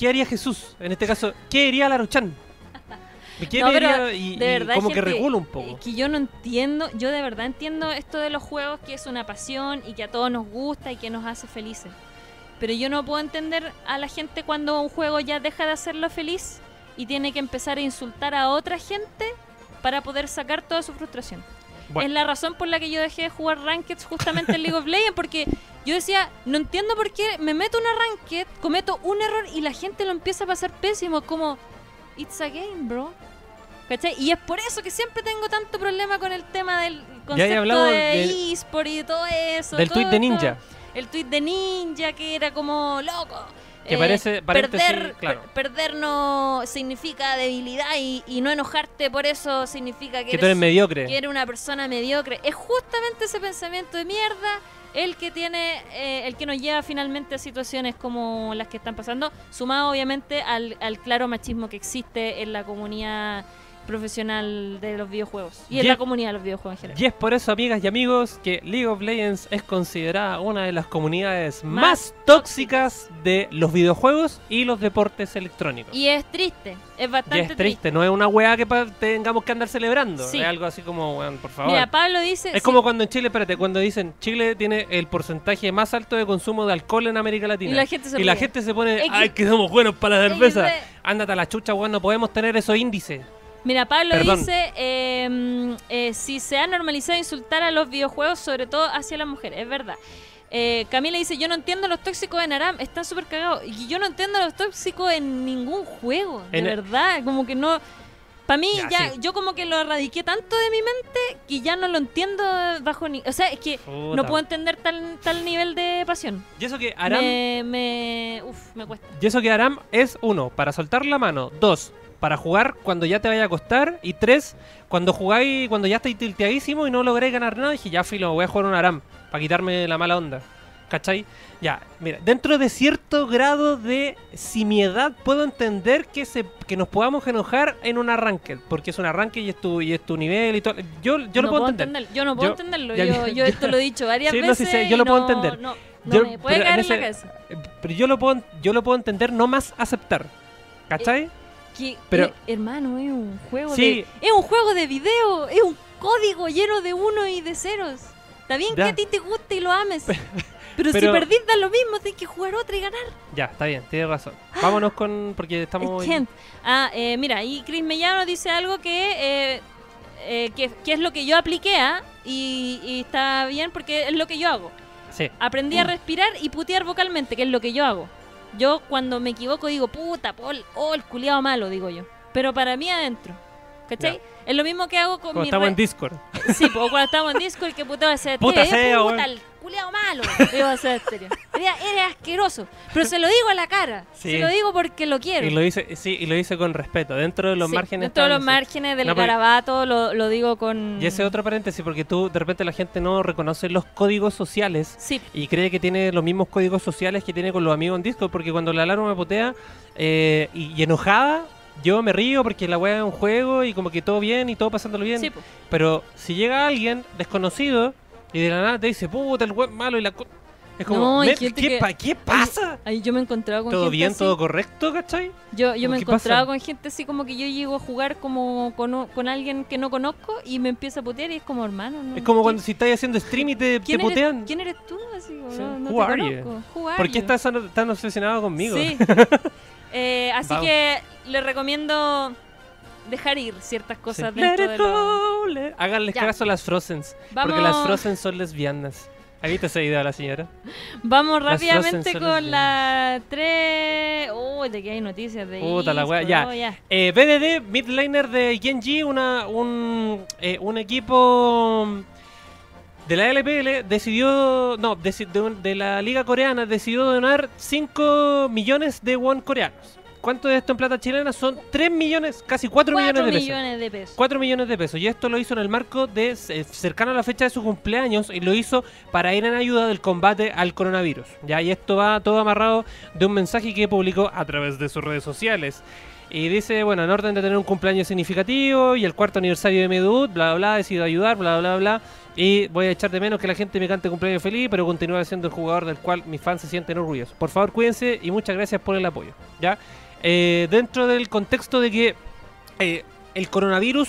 Speaker 2: ¿qué haría Jesús? En este caso, ¿qué haría Laruchan? ¿Qué
Speaker 1: No, pero
Speaker 2: haría? Y,
Speaker 1: de
Speaker 2: y
Speaker 1: verdad,
Speaker 2: como que
Speaker 1: gente,
Speaker 2: regulo un
Speaker 1: eh,
Speaker 2: poco.
Speaker 1: Que yo no entiendo, yo de verdad entiendo esto de los juegos, que es una pasión y que a todos nos gusta y que nos hace felices. Pero yo no puedo entender a la gente cuando un juego ya deja de hacerlo feliz y tiene que empezar a insultar a otra gente para poder sacar toda su frustración.
Speaker 2: Bueno.
Speaker 1: Es la razón por la que yo dejé de jugar Rankeds justamente en League of Legends, porque yo decía, no entiendo por qué me meto una Ranked, cometo un error y la gente lo empieza a pasar pésimo, como, it's a game, bro. ¿Cachai? Y es por eso que siempre tengo tanto problema con el tema del concepto
Speaker 2: hablamos
Speaker 1: de,
Speaker 2: del-
Speaker 1: eSport y de todo eso.
Speaker 2: Del
Speaker 1: todo
Speaker 2: tweet de
Speaker 1: esto.
Speaker 2: Ninja.
Speaker 1: El tweet de Ninja, que era como loco. Eh,
Speaker 2: Que parece- paréntesis,
Speaker 1: perder,
Speaker 2: claro.
Speaker 1: per- perder no significa debilidad y, y no enojarte por eso significa que,
Speaker 2: Que tú eres mediocre.
Speaker 1: que eres una persona mediocre. Es justamente ese pensamiento de mierda el que tiene, eh, el que nos lleva finalmente a situaciones como las que están pasando, sumado obviamente al, al claro machismo que existe en la comunidad profesional de los videojuegos y en
Speaker 2: Ye-
Speaker 1: la comunidad de los videojuegos en general.
Speaker 2: Y es por eso, amigas y amigos, que League of Legends es considerada una de las comunidades más,
Speaker 1: Más
Speaker 2: tóxicas de los videojuegos y los deportes electrónicos.
Speaker 1: Y es triste, es
Speaker 2: Y
Speaker 1: bastante
Speaker 2: es triste, no es una weá que pa- tengamos que andar celebrando.
Speaker 1: Sí.
Speaker 2: Es algo así como, weón, por favor.
Speaker 1: Mira, Pablo dice...
Speaker 2: es
Speaker 1: sí,
Speaker 2: como cuando en Chile, espérate, cuando dicen Chile tiene el porcentaje más alto de consumo de alcohol en América Latina.
Speaker 1: Y la gente se
Speaker 2: Y la
Speaker 1: ríe.
Speaker 2: gente se pone,
Speaker 1: X-
Speaker 2: ay, que somos buenos para la cerveza.
Speaker 1: XD.
Speaker 2: Ándate a la chucha, weón, no podemos tener esos índices.
Speaker 1: Mira, Pablo
Speaker 2: Perdón.
Speaker 1: dice, eh, eh, si se ha normalizado insultar a los videojuegos, sobre todo hacia las mujeres, es verdad. Eh, Camila dice, yo no entiendo los tóxicos en Aram, están súper cagados. Y yo no entiendo los tóxicos en ningún juego, de
Speaker 2: En-
Speaker 1: verdad, como que no... Para mí,
Speaker 2: Ya,
Speaker 1: ya,
Speaker 2: sí.
Speaker 1: yo como que lo erradiqué tanto de mi mente que ya no lo entiendo bajo ni... O sea, es que
Speaker 2: Puta.
Speaker 1: no puedo entender tal, tal nivel de pasión.
Speaker 2: Y eso que Aram
Speaker 1: Me, me- Uf, me cuesta.
Speaker 2: Y eso que Aram es uno, para soltar la mano, dos, para jugar cuando ya te vaya a acostar, y tres, cuando jugáis, cuando ya estáis tilteadísimo y no lográis ganar nada, dije, ya filo, voy a jugar un Aram, para quitarme la mala onda. ¿Cachai? Ya, mira, dentro de cierto grado de simiedad puedo entender que se que nos podamos enojar en un arranque, porque es un arranque y es tu, y es tu nivel y todo. Yo, yo lo
Speaker 1: No
Speaker 2: puedo, entender.
Speaker 1: entenderlo, Yo no puedo
Speaker 2: Yo-
Speaker 1: entenderlo.
Speaker 2: ya-
Speaker 1: Yo, yo esto lo he dicho varias
Speaker 2: Sí, no,
Speaker 1: veces.
Speaker 2: sí sé, yo lo
Speaker 1: y
Speaker 2: puedo
Speaker 1: no-
Speaker 2: entender.
Speaker 1: No, no
Speaker 2: Yo-
Speaker 1: me puede
Speaker 2: pero en
Speaker 1: caer en, la
Speaker 2: ese-
Speaker 1: cabeza.
Speaker 2: Eh, Pero yo lo puedo yo lo puedo entender, no más aceptar. ¿Cachai?
Speaker 1: Que-
Speaker 2: pero-
Speaker 1: eh, hermano, es un juego
Speaker 2: Sí.
Speaker 1: de. Es un juego de video. Es un código lleno de uno y de ceros. Está bien
Speaker 2: Ya.
Speaker 1: que a ti te guste y lo ames. Pero, si
Speaker 2: pero-
Speaker 1: perdís da lo mismo, tienes que jugar otra y ganar.
Speaker 2: Ya, está bien, tienes razón. Vámonos con. Porque estamos.
Speaker 1: El Kent. Ah, eh, mira, y Chris Mellano dice algo que, eh, eh, que, que es lo que yo apliqué ¿ah? y, y está bien porque es lo que yo hago.
Speaker 2: Sí.
Speaker 1: Aprendí
Speaker 2: Mm.
Speaker 1: a respirar y putear vocalmente, que es lo que yo hago. Yo cuando me equivoco digo, puta, Paul, oh, el culiado malo, digo yo. Pero para mí adentro. ¿Cachai? Es lo mismo que hago con
Speaker 2: Cuando
Speaker 1: mi
Speaker 2: estamos
Speaker 1: re-
Speaker 2: en Discord.
Speaker 1: Sí, po, cuando estamos en disco, el que puteo a ser
Speaker 2: Puta sea,
Speaker 1: puta,
Speaker 2: weón.
Speaker 1: el culiao malo. Digo a ser Eres, eres asqueroso. Pero se lo digo a la cara.
Speaker 2: Sí.
Speaker 1: Se lo digo porque lo quiero.
Speaker 2: Y lo dice, sí, y lo dice con respeto, dentro de los
Speaker 1: Sí,
Speaker 2: márgenes.
Speaker 1: Dentro de los
Speaker 2: establecidos.
Speaker 1: márgenes del
Speaker 2: No, porque-
Speaker 1: garabato lo, lo digo con.
Speaker 2: Y ese otro paréntesis, porque tú de repente la gente no reconoce los códigos sociales
Speaker 1: Sí,
Speaker 2: y cree que tiene los mismos códigos sociales que tiene con los amigos en Discord, porque cuando la alarma me putea eh, y, y enojada, yo me río porque la weá es un juego y como que todo bien y todo pasándolo bien.
Speaker 1: sí, po.
Speaker 2: Pero si llega alguien desconocido y de la nada te dice, puta, el weón malo y la. co-". Es como,
Speaker 1: No, hay
Speaker 2: "Men,
Speaker 1: gente
Speaker 2: ¿qué,
Speaker 1: que-
Speaker 2: pa- ¿qué pasa?
Speaker 1: Ahí yo me he encontrado con
Speaker 2: ¿Todo
Speaker 1: gente
Speaker 2: bien,
Speaker 1: así. Mm,
Speaker 2: todo correcto, cachai?
Speaker 1: Yo, yo me
Speaker 2: ¿Qué
Speaker 1: encontraba
Speaker 2: pasa?
Speaker 1: con gente así como que yo llego a jugar como con, o- con alguien que no conozco y me empieza a putear y es como hermano. no,
Speaker 2: Es como
Speaker 1: ¿quién-
Speaker 2: cuando si estás haciendo stream y te, te
Speaker 1: ¿quién eres-
Speaker 2: putean.
Speaker 1: ¿Quién eres tú? Así, como,
Speaker 2: Sí.
Speaker 1: no, no
Speaker 2: Who
Speaker 1: te
Speaker 2: are you?
Speaker 1: conozco. Who are
Speaker 2: ¿Por qué
Speaker 1: you?
Speaker 2: estás tan, tan obsesionado conmigo?
Speaker 1: Sí. Eh, así
Speaker 2: Vamos.
Speaker 1: que les recomiendo dejar ir ciertas
Speaker 2: Sí.
Speaker 1: cosas
Speaker 2: Let
Speaker 1: dentro
Speaker 2: it
Speaker 1: de lo-
Speaker 2: go, let- Háganle
Speaker 1: Ya.
Speaker 2: caso a las Frozens.
Speaker 1: Vamos,
Speaker 2: Porque las Frozen son lesbianas. ¿Ha visto ese video de la señora?
Speaker 1: vamos
Speaker 2: las
Speaker 1: rápidamente
Speaker 2: Frozen son
Speaker 1: con
Speaker 2: lesbianas.
Speaker 1: la 3... Uy, de que hay noticias de
Speaker 2: Puta la wea,
Speaker 1: eSport,
Speaker 2: ya.
Speaker 1: oh,
Speaker 2: Eh, BDD, midlaner de Genji, una, un, eh, un equipo de la LPL decidió, no, deci- de, un- de la liga coreana decidió donar 5 millones de won coreanos. ¿Cuánto de esto en plata chilena? Son 3 millones, casi 4
Speaker 1: Cuatro
Speaker 2: millones de pesos.
Speaker 1: millones de pesos.
Speaker 2: 4 millones de pesos. Y esto lo hizo en el marco de eh, cercano a la fecha de su cumpleaños y lo hizo para ir en ayuda del combate al coronavirus. Ya, y esto va todo amarrado de un mensaje que publicó a través de sus redes sociales. Y dice, bueno, en orden de tener un cumpleaños significativo y el cuarto aniversario de mi debut, bla, bla, bla, decido ayudar, bla, bla, bla. Y voy a echar de menos que la gente me cante cumpleaños feliz, pero continuar siendo el jugador del cual mis fans se sienten orgullosos. Por favor, cuídense y muchas gracias por el apoyo. ¿ya? Eh, dentro del contexto de que eh, el coronavirus,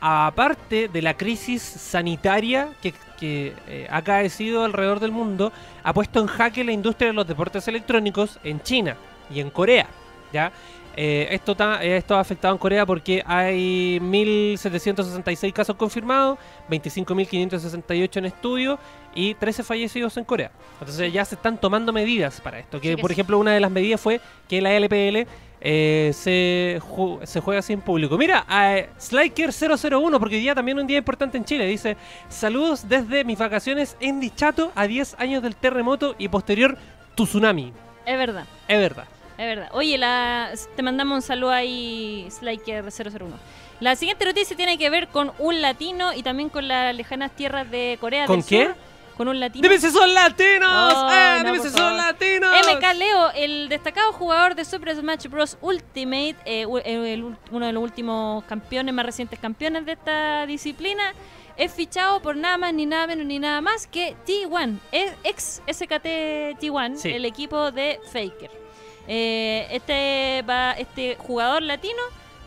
Speaker 2: aparte de la crisis sanitaria que, que eh, ha caecido alrededor del mundo, ha puesto en jaque la industria de los deportes electrónicos en China y en Corea. ¿ya? Eh, esto, ta- eh, esto ha afectado en Corea porque hay 1.766 casos confirmados, 25.568 en estudio y 13 fallecidos en Corea. Entonces ya se están tomando medidas para esto. Que,
Speaker 1: Sí que
Speaker 2: por
Speaker 1: sí.
Speaker 2: ejemplo, una de las medidas fue que la LPL eh, se, ju- se juega sin público. Mira, a eh, Slyker 001, porque hoy día también un día importante en Chile, dice saludos desde mis vacaciones en Dichato a 10 años del terremoto y posterior tsunami.
Speaker 1: Es verdad,
Speaker 2: Es verdad.
Speaker 1: es verdad. Oye, la, te mandamos un saludo ahí, Slyker001. La siguiente noticia tiene que ver con un latino y también con las lejanas tierras de Corea
Speaker 2: ¿Con
Speaker 1: del
Speaker 2: qué?
Speaker 1: Sur. ¿Con un latino?
Speaker 2: ¡Dime si son latinos!
Speaker 1: Oh,
Speaker 2: ¡Eh,
Speaker 1: no,
Speaker 2: dime
Speaker 1: por
Speaker 2: si
Speaker 1: favor.
Speaker 2: son latinos!
Speaker 1: MK Leo, el destacado jugador de Super Smash Bros. Ultimate, eh, u- eh, el ul- uno de los últimos campeones, más recientes campeones de esta disciplina, es fichado por nada más, ni nada menos, ni nada más que T1, eh, ex SKT T1,
Speaker 2: Sí.
Speaker 1: el equipo de Faker. Eh, este, va, este jugador latino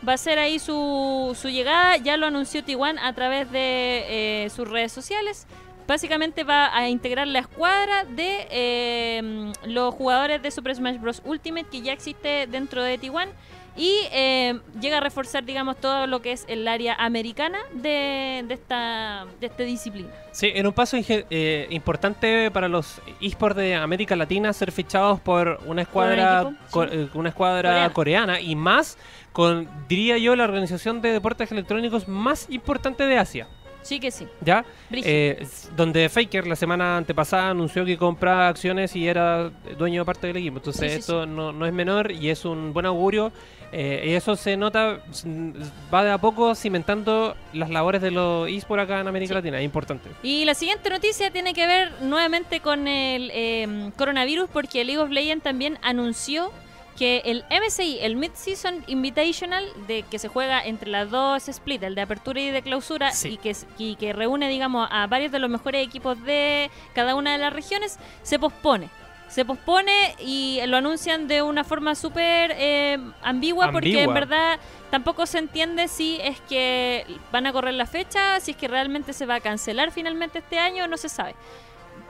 Speaker 1: va a ser ahí su, su llegada, ya lo anunció T1 a través de eh, sus redes sociales. Básicamente va a integrar la escuadra de eh, los jugadores de Super Smash Bros. Ultimate que ya existe dentro de T1 y eh, llega a reforzar, digamos, todo lo que es el área americana de, de esta, de esta disciplina.
Speaker 2: Sí, en un paso inge- eh, importante para los esports de América Latina ser fichados por una escuadra
Speaker 1: equipo,
Speaker 2: co-
Speaker 1: sí.
Speaker 2: eh, una escuadra coreana. y más con diría yo la organización de deportes electrónicos más importante de Asia,
Speaker 1: Sí que sí.
Speaker 2: ¿ya?
Speaker 1: Brígido.
Speaker 2: Eh, s- donde Faker la semana antepasada anunció que compraba acciones y era dueño de parte del equipo. Entonces
Speaker 1: Sí, sí,
Speaker 2: esto No, no es menor y es un buen augurio. Eh, y eso se nota, s- n- va de a poco cimentando las labores de los esports acá en América
Speaker 1: Sí.
Speaker 2: Latina. Es importante.
Speaker 1: Y la siguiente noticia tiene que ver nuevamente con el eh, coronavirus, porque League of Legends también anunció que el MSI, el Mid-Season Invitational, de, que se juega entre las dos split, el de apertura y de clausura,
Speaker 2: Sí.
Speaker 1: y, que, es- y que reúne, digamos, a varios de los mejores equipos de cada una de las regiones, se pospone. Se pospone y lo anuncian de una forma súper eh, ambigua, porque en
Speaker 2: Ambigua.
Speaker 1: verdad tampoco se entiende si es que van a correr la fecha, si es que realmente se va a cancelar finalmente este año, no se sabe.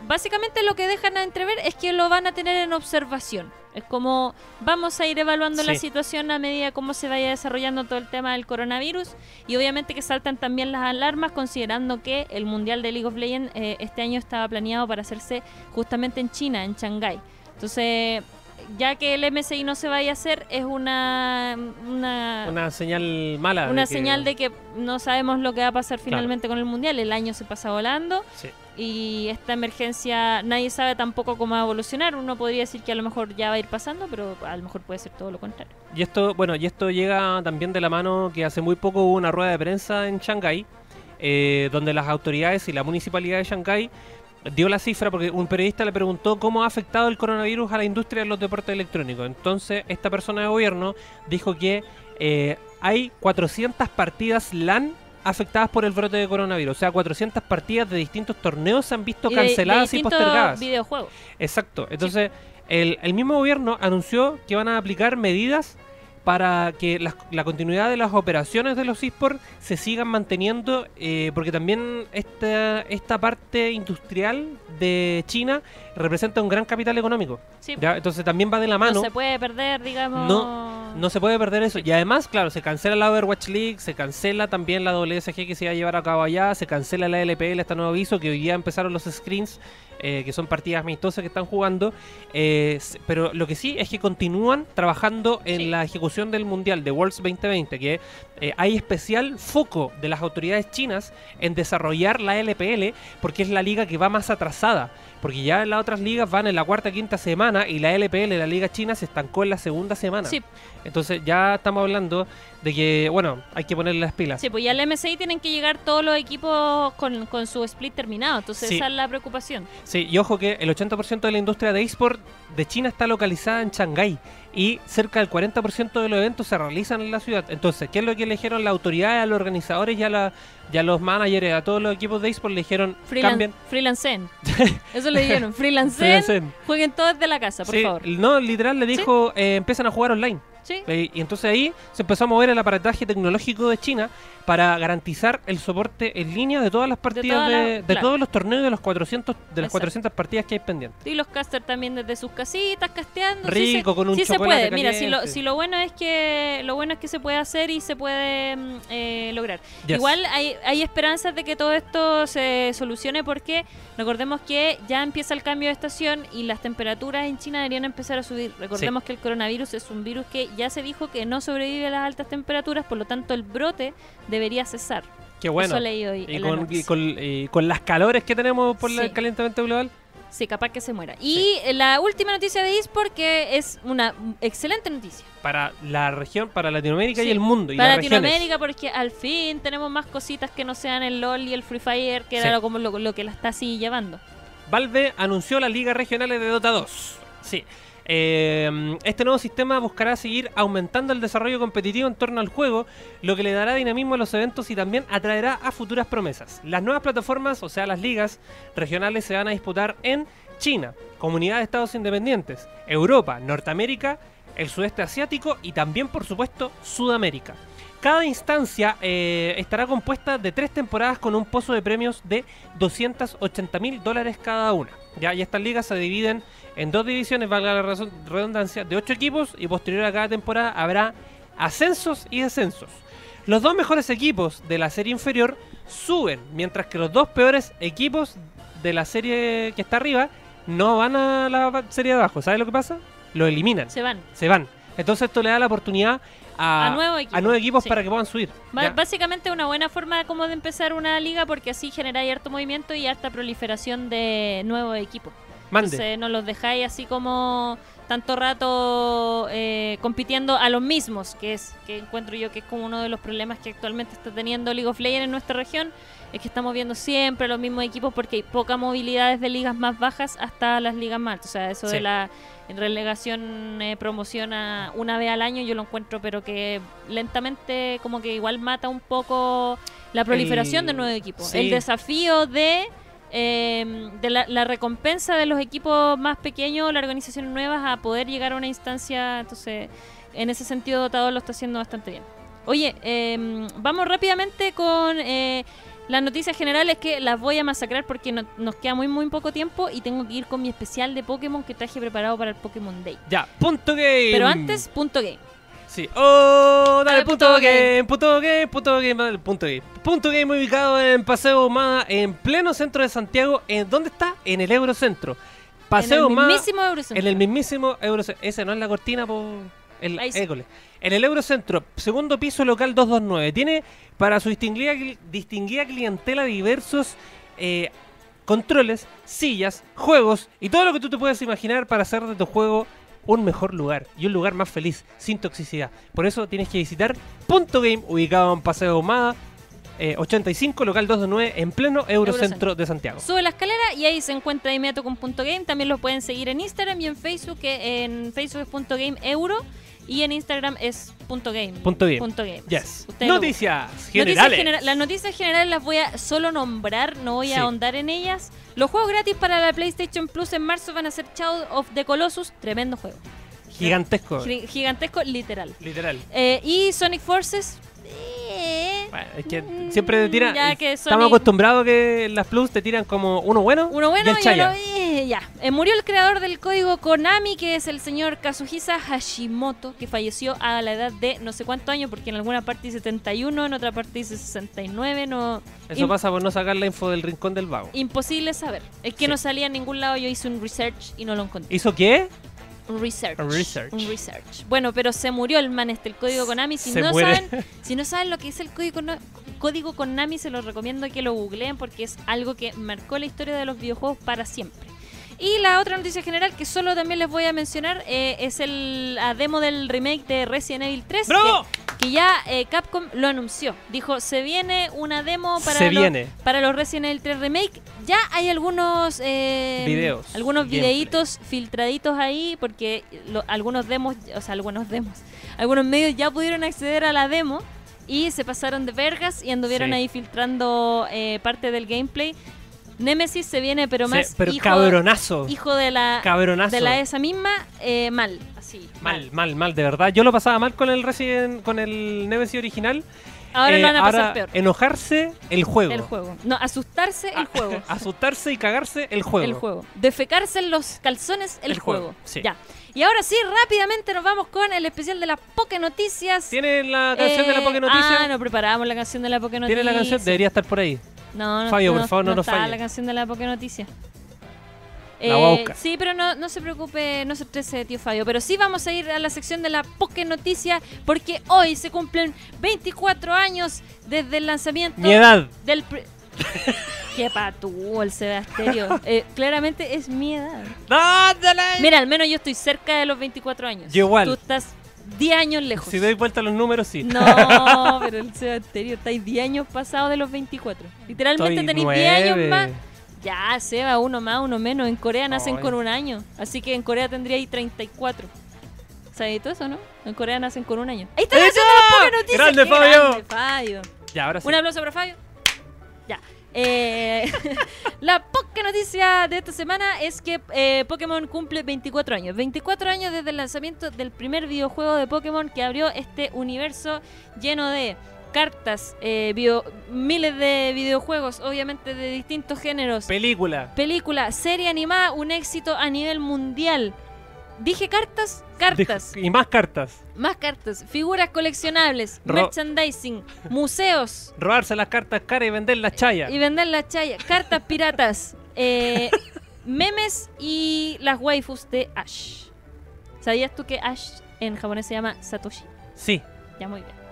Speaker 1: Básicamente lo que dejan a entrever es que lo van a tener en observación. Es como vamos a ir evaluando la
Speaker 2: Sí.
Speaker 1: situación a medida cómo se vaya desarrollando todo el tema del coronavirus y obviamente que saltan también las alarmas considerando que el Mundial de League of Legends eh, este año estaba planeado para hacerse justamente en China, en Shanghái. Entonces, ya que el MSI no se vaya a hacer, es una, una,
Speaker 2: Una señal mala.
Speaker 1: Ah. una
Speaker 2: que-
Speaker 1: señal de que no sabemos lo que va a pasar finalmente con el mundial. El año se pasa volando
Speaker 2: Sí.
Speaker 1: y esta emergencia nadie sabe tampoco cómo va a evolucionar. Uno podría decir que a lo mejor ya va a ir pasando, pero a lo mejor puede ser todo lo contrario.
Speaker 2: Y esto, bueno, y esto llega también de la mano que hace muy poco hubo una rueda de prensa en Shanghái, eh, donde las autoridades y la municipalidad de Shanghái dio la cifra porque un periodista le preguntó cómo ha afectado el coronavirus a la industria de los deportes electrónicos. Entonces, esta persona de gobierno dijo que eh, hay 400 partidas LAN afectadas por el brote de coronavirus. O sea, 400 partidas de distintos torneos se han visto
Speaker 1: Y de- de
Speaker 2: canceladas y,
Speaker 1: distintos
Speaker 2: postergadas.
Speaker 1: videojuegos.
Speaker 2: Exacto. Entonces, el, el mismo gobierno anunció que van a aplicar medidas para que las- la, continuidad de las operaciones de los eSports se sigan manteniendo, eh, porque también esta, esta parte industrial de China representa un gran capital económico.
Speaker 1: Sí,
Speaker 2: ¿ya? Entonces también va de la
Speaker 1: no
Speaker 2: mano.
Speaker 1: se puede perder, digamos.
Speaker 2: No se puede perder eso. Y además, claro, se cancela la Overwatch League, se cancela también la WSG que se iba a llevar a cabo allá, se cancela la LPL, este nuevo aviso, que hoy día empezaron los screens, eh, que son partidas amistosas que están jugando. Eh, s- pero lo que sí es que continúan trabajando en
Speaker 1: Sí.
Speaker 2: la ejecución del Mundial de Worlds 2020, que eh, hay especial foco de las autoridades chinas en desarrollar la LPL, porque es la liga que va más atrasada. Porque ya las otras ligas van en la cuarta, quinta semana y la LPL, la liga china, se estancó en la segunda semana.
Speaker 1: Sí.
Speaker 2: Entonces ya estamos hablando de que, bueno, hay que ponerle las pilas.
Speaker 1: Sí, pues ya al MSI tienen que llegar todos los equipos con, con su split terminado, entonces
Speaker 2: Sí.
Speaker 1: esa es la preocupación.
Speaker 2: Sí, y ojo que el 80% de la industria de eSport de China está localizada en Shanghái y cerca del 40% de los eventos se realizan en la ciudad. Entonces, ¿qué es lo que le dijeron las autoridades, a los organizadores y a, la- y a los managers, a todos los equipos de eSport? Le dijeron,
Speaker 1: Freelan-
Speaker 2: cambien.
Speaker 1: Freelancen. Eso le dijeron, freelancen.
Speaker 2: freelancen.
Speaker 1: Jueguen todos de la casa, por
Speaker 2: Sí,
Speaker 1: favor.
Speaker 2: No, literal le dijo, eh, empiezan a jugar online.
Speaker 1: Sí.
Speaker 2: Eh, Y entonces ahí se empezó a mover el aparataje tecnológico de China para garantizar el soporte en línea de todas las partidas,
Speaker 1: todas
Speaker 2: de,
Speaker 1: las-
Speaker 2: de
Speaker 1: claro.
Speaker 2: todos los torneos de, los 400, de las
Speaker 1: Exacto.
Speaker 2: 400 partidas que hay pendientes.
Speaker 1: Y los casters también desde sus casitas, casteando. sí
Speaker 2: Rico,
Speaker 1: se,
Speaker 2: con un
Speaker 1: sí se
Speaker 2: chocolate
Speaker 1: puede. Mira, si lo,
Speaker 2: caliente.
Speaker 1: si lo bueno es que lo bueno es que se puede hacer y se puede mm, eh, lograr.
Speaker 2: Yes.
Speaker 1: Igual hay, hay esperanzas de que todo esto se solucione porque recordemos que ya empieza el cambio de estación y las temperaturas en China deberían empezar a subir. Recordemos que el coronavirus es un virus que ya se dijo que no sobrevive a las altas temperaturas, por lo tanto el brote debería cesar.
Speaker 2: Qué bueno.
Speaker 1: Eso leí hoy.
Speaker 2: Y
Speaker 1: en la
Speaker 2: con,
Speaker 1: noticia.
Speaker 2: y con- y con las calores que tenemos por
Speaker 1: Sí.
Speaker 2: el calentamiento global.
Speaker 1: Sí, capaz que se muera. Y la última noticia de eSport que es una excelente noticia.
Speaker 2: Para la región, para Latinoamérica y
Speaker 1: Sí.
Speaker 2: el mundo. Y
Speaker 1: Para
Speaker 2: las regiones.
Speaker 1: Latinoamérica, porque al fin tenemos más cositas que no sean el LOL y el Free Fire, que
Speaker 2: Sí.
Speaker 1: era lo, como lo, lo que la está así llevando.
Speaker 2: Valve anunció las ligas regionales de Dota 2. Sí. Eh, este nuevo sistema buscará seguir aumentando el desarrollo competitivo en torno al juego, lo que le dará dinamismo a los eventos y también atraerá a futuras promesas. Las nuevas plataformas, o sea, las ligas regionales, se van a disputar en China, Comunidad de Estados Independientes, Europa, Norteamérica, el sudeste asiático y también, por supuesto, Sudamérica. Cada instancia eh, estará compuesta de tres temporadas con un pozo de premios de 280 mil dólares cada una. ¿ya? Y estas ligas se dividen en dos divisiones, valga la razón- redundancia, de ocho equipos y posterior a cada temporada habrá ascensos y descensos. Los dos mejores equipos de la serie inferior suben, mientras que los dos peores equipos de la serie que está arriba no van a la ba- serie de abajo. ¿Sabes lo que pasa? Lo eliminan,
Speaker 1: Se van.
Speaker 2: se van. Entonces esto le da la oportunidad a,
Speaker 1: A nuevos equipos.
Speaker 2: a nueve equipos
Speaker 1: Sí.
Speaker 2: para que puedan subir.
Speaker 1: Ba-
Speaker 2: ¿ya?
Speaker 1: Básicamente una buena forma como de empezar una liga porque así generáis harto movimiento y harta proliferación de nuevos equipos.
Speaker 2: Mande.
Speaker 1: Entonces no los dejáis así como tanto rato eh, compitiendo a los mismos, que es que encuentro yo que es como uno de los problemas que actualmente está teniendo League of Legends en nuestra región, es que estamos viendo siempre los mismos equipos porque hay poca movilidad desde ligas más bajas hasta las ligas más altas. O sea, eso
Speaker 2: Sí.
Speaker 1: de la relegación eh, promoción a una vez al año yo lo encuentro, pero que lentamente como que igual mata un poco la proliferación de nuevos equipos.
Speaker 2: sí.
Speaker 1: El desafío de eh, de la, la recompensa de los equipos más pequeños, las organizaciones nuevas, a poder llegar a una instancia. Entonces, en ese sentido, Dotado lo está haciendo bastante bien. Oye, eh, vamos rápidamente con eh, las noticias generales que las voy a masacrar porque no- nos queda muy, muy poco tiempo y tengo que ir con mi especial de Pokémon que traje preparado para el Pokémon Day.
Speaker 2: Ya, punto game.
Speaker 1: Pero antes, punto game.
Speaker 2: Sí. ¡Oh! Dale,
Speaker 1: Dale,
Speaker 2: punto,
Speaker 1: punto
Speaker 2: game, punto game, punto game, dale, punto game. Punto game ubicado en Paseo Humada, en pleno centro de Santiago. ¿En dónde está? En el Eurocentro. Paseo
Speaker 1: en el
Speaker 2: Humada.
Speaker 1: mismísimo Eurocentro.
Speaker 2: En el mismísimo Eurocentro. Ese no es la cortina, po. El,
Speaker 1: Ahí sí.
Speaker 2: école. En el Eurocentro, segundo piso, local 229. Tiene para su distinguida, cli- distinguida clientela diversos eh, controles, sillas, juegos y todo lo que tú te puedas imaginar para hacer de tu juego un mejor lugar y un lugar más feliz, sin toxicidad. Por eso tienes que visitar Punto Game, ubicado en Paseo Ahumada, eh, 85, local 229, en pleno Eurocentro
Speaker 1: Eurocentro.
Speaker 2: de Santiago.
Speaker 1: Sube la escalera y ahí se encuentra de inmediato con punto game. También lo pueden seguir en Instagram y en Facebook. que En Facebook es punto game euro y en Instagram es punto game.
Speaker 2: Punto game.
Speaker 1: game.
Speaker 2: Yes.
Speaker 1: Ustedes lo buscan.
Speaker 2: Noticias
Speaker 1: Noticias
Speaker 2: generales.
Speaker 1: genera- las noticias generales las voy a solo nombrar, no voy
Speaker 2: Sí.
Speaker 1: a ahondar en ellas. Los juegos gratis para la PlayStation Plus en marzo van a ser Child of the Colossus, tremendo juego.
Speaker 2: Gigantesco.
Speaker 1: Gi- Gigantesco, literal.
Speaker 2: Literal.
Speaker 1: Eh, y Sonic Forces. eh,
Speaker 2: Bueno, es que
Speaker 1: Mm,
Speaker 2: siempre te tiran.
Speaker 1: ya que
Speaker 2: Estamos
Speaker 1: Sonic-
Speaker 2: acostumbrados a que en las plus te tiran como uno bueno.
Speaker 1: Uno bueno
Speaker 2: y el
Speaker 1: y
Speaker 2: chaya.
Speaker 1: uno- eh, ya. Eh, murió el creador del código Konami, que es el señor Kazuhisa Hashimoto, que falleció a la edad de no sé cuánto años, porque en alguna parte dice 71, en otra parte dice 69, no...
Speaker 2: Eso
Speaker 1: im-
Speaker 2: pasa por no sacar la info del rincón del vago.
Speaker 1: Imposible saber. Es que
Speaker 2: Sí.
Speaker 1: no salía en ningún lado, yo hice un research y no lo encontré.
Speaker 2: ¿Hizo qué?
Speaker 1: Un research.
Speaker 2: Un research.
Speaker 1: Un research. Bueno, pero se murió el man este, el código Konami. Si
Speaker 2: Se
Speaker 1: no
Speaker 2: muere.
Speaker 1: saben, si no saben lo que es el código Kono- código Konami, se los recomiendo que lo googleen porque es algo que marcó la historia de los videojuegos para siempre. Y la otra noticia general que solo también les voy a mencionar eh, es el, la demo del remake de Resident Evil 3.
Speaker 2: ¡Bravo!
Speaker 1: Que, que ya eh, Capcom lo anunció. Dijo, se viene una demo para,
Speaker 2: Se
Speaker 1: los,
Speaker 2: viene.
Speaker 1: para los Resident Evil 3 Remake. Ya hay algunos... eh,
Speaker 2: Videos,
Speaker 1: Algunos
Speaker 2: gameplay.
Speaker 1: videitos filtraditos ahí porque lo- algunos demos, o sea, algunos demos, algunos medios ya pudieron acceder a la demo. Y se pasaron de vergas y anduvieron
Speaker 2: Sí.
Speaker 1: ahí filtrando eh, parte del gameplay. Nemesis se viene, pero
Speaker 2: Sí,
Speaker 1: más
Speaker 2: pero
Speaker 1: hijo,
Speaker 2: cabronazo.
Speaker 1: hijo de la
Speaker 2: cabronazo.
Speaker 1: de la esa misma, eh, mal, así.
Speaker 2: Mal, mal, mal, de verdad. Yo lo pasaba mal con el Resident, con el Nemesis original.
Speaker 1: Ahora
Speaker 2: Eh,
Speaker 1: lo van a pasar
Speaker 2: ahora,
Speaker 1: peor.
Speaker 2: Enojarse, el juego.
Speaker 1: El juego. No, asustarse el juego.
Speaker 2: Asustarse y cagarse, el juego.
Speaker 1: El juego. Defecarse en los calzones, el,
Speaker 2: El
Speaker 1: juego.
Speaker 2: juego, sí.
Speaker 1: Ya. Y ahora sí, rápidamente nos vamos con el especial de las Poké Noticias.
Speaker 2: ¿Tiene la canción de la
Speaker 1: Eh,
Speaker 2: Poké Noticia?
Speaker 1: Ah, no preparábamos la canción de la Poké Noticia.
Speaker 2: ¿Tiene la canción? Debería estar por ahí.
Speaker 1: No, no,
Speaker 2: Fabio,
Speaker 1: no,
Speaker 2: por favor, no nos
Speaker 1: está
Speaker 2: falle.
Speaker 1: la canción de la Poké Noticia. Eh,
Speaker 2: La voy a buscar.
Speaker 1: sí, pero no, no se preocupe, no se estrese, tío Fabio. Pero sí vamos a ir a la sección de la Poké Noticia porque hoy se cumplen 24 años desde el lanzamiento
Speaker 2: Mi edad.
Speaker 1: del... pri- Qué patú el Sebasterio. Eh, claramente es mi edad.
Speaker 2: ¡Dándole!
Speaker 1: Mira, al menos yo estoy cerca de los 24 años.
Speaker 2: Yo igual.
Speaker 1: Tú estás 10 años lejos.
Speaker 2: Si doy vuelta a los números, sí.
Speaker 1: No, pero el Sebasterio estáis 10 años pasado de los 24. Literalmente
Speaker 2: Estoy
Speaker 1: tenéis 10 años
Speaker 2: nueve.
Speaker 1: más. Ya, Seba, uno más, uno menos. En Corea nacen
Speaker 2: Ay.
Speaker 1: con un año. Así que en Corea tendría ahí 34. ¿Sabes tú eso, no? En Corea nacen con un año. Ahí está la canción de las pocas noticias.
Speaker 2: ¡Grande,
Speaker 1: ¡Qué
Speaker 2: Fabio!
Speaker 1: grande, Fabio!
Speaker 2: Ya, ahora sí.
Speaker 1: Un aplauso para Fabio. Ya. Eh, la poca noticia de esta semana es que eh, Pokémon cumple 24 años. 24 años desde el lanzamiento del primer videojuego de Pokémon que abrió este universo lleno de cartas, eh, bio- miles de videojuegos, obviamente de distintos géneros,
Speaker 2: Película.
Speaker 1: película, serie animada, un éxito a nivel mundial. Dije cartas, cartas.
Speaker 2: Dej- Y más cartas.
Speaker 1: Más cartas, figuras coleccionables,
Speaker 2: Ro-
Speaker 1: merchandising, museos,
Speaker 2: Robarse las cartas caras y vender las chayas.
Speaker 1: y vender las chayas, cartas piratas, eh, memes y las waifus de Ash. ¿Sabías tú que Ash en japonés se llama Satoshi?
Speaker 2: Sí,
Speaker 1: Ya muy bien.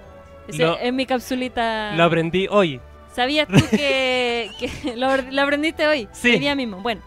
Speaker 1: Ese
Speaker 2: Lo-
Speaker 1: es mi capsulita.
Speaker 2: lo aprendí hoy.
Speaker 1: ¿Sabías tú que, que lo, lo aprendiste hoy?
Speaker 2: Sí.
Speaker 1: El día mismo. Bueno,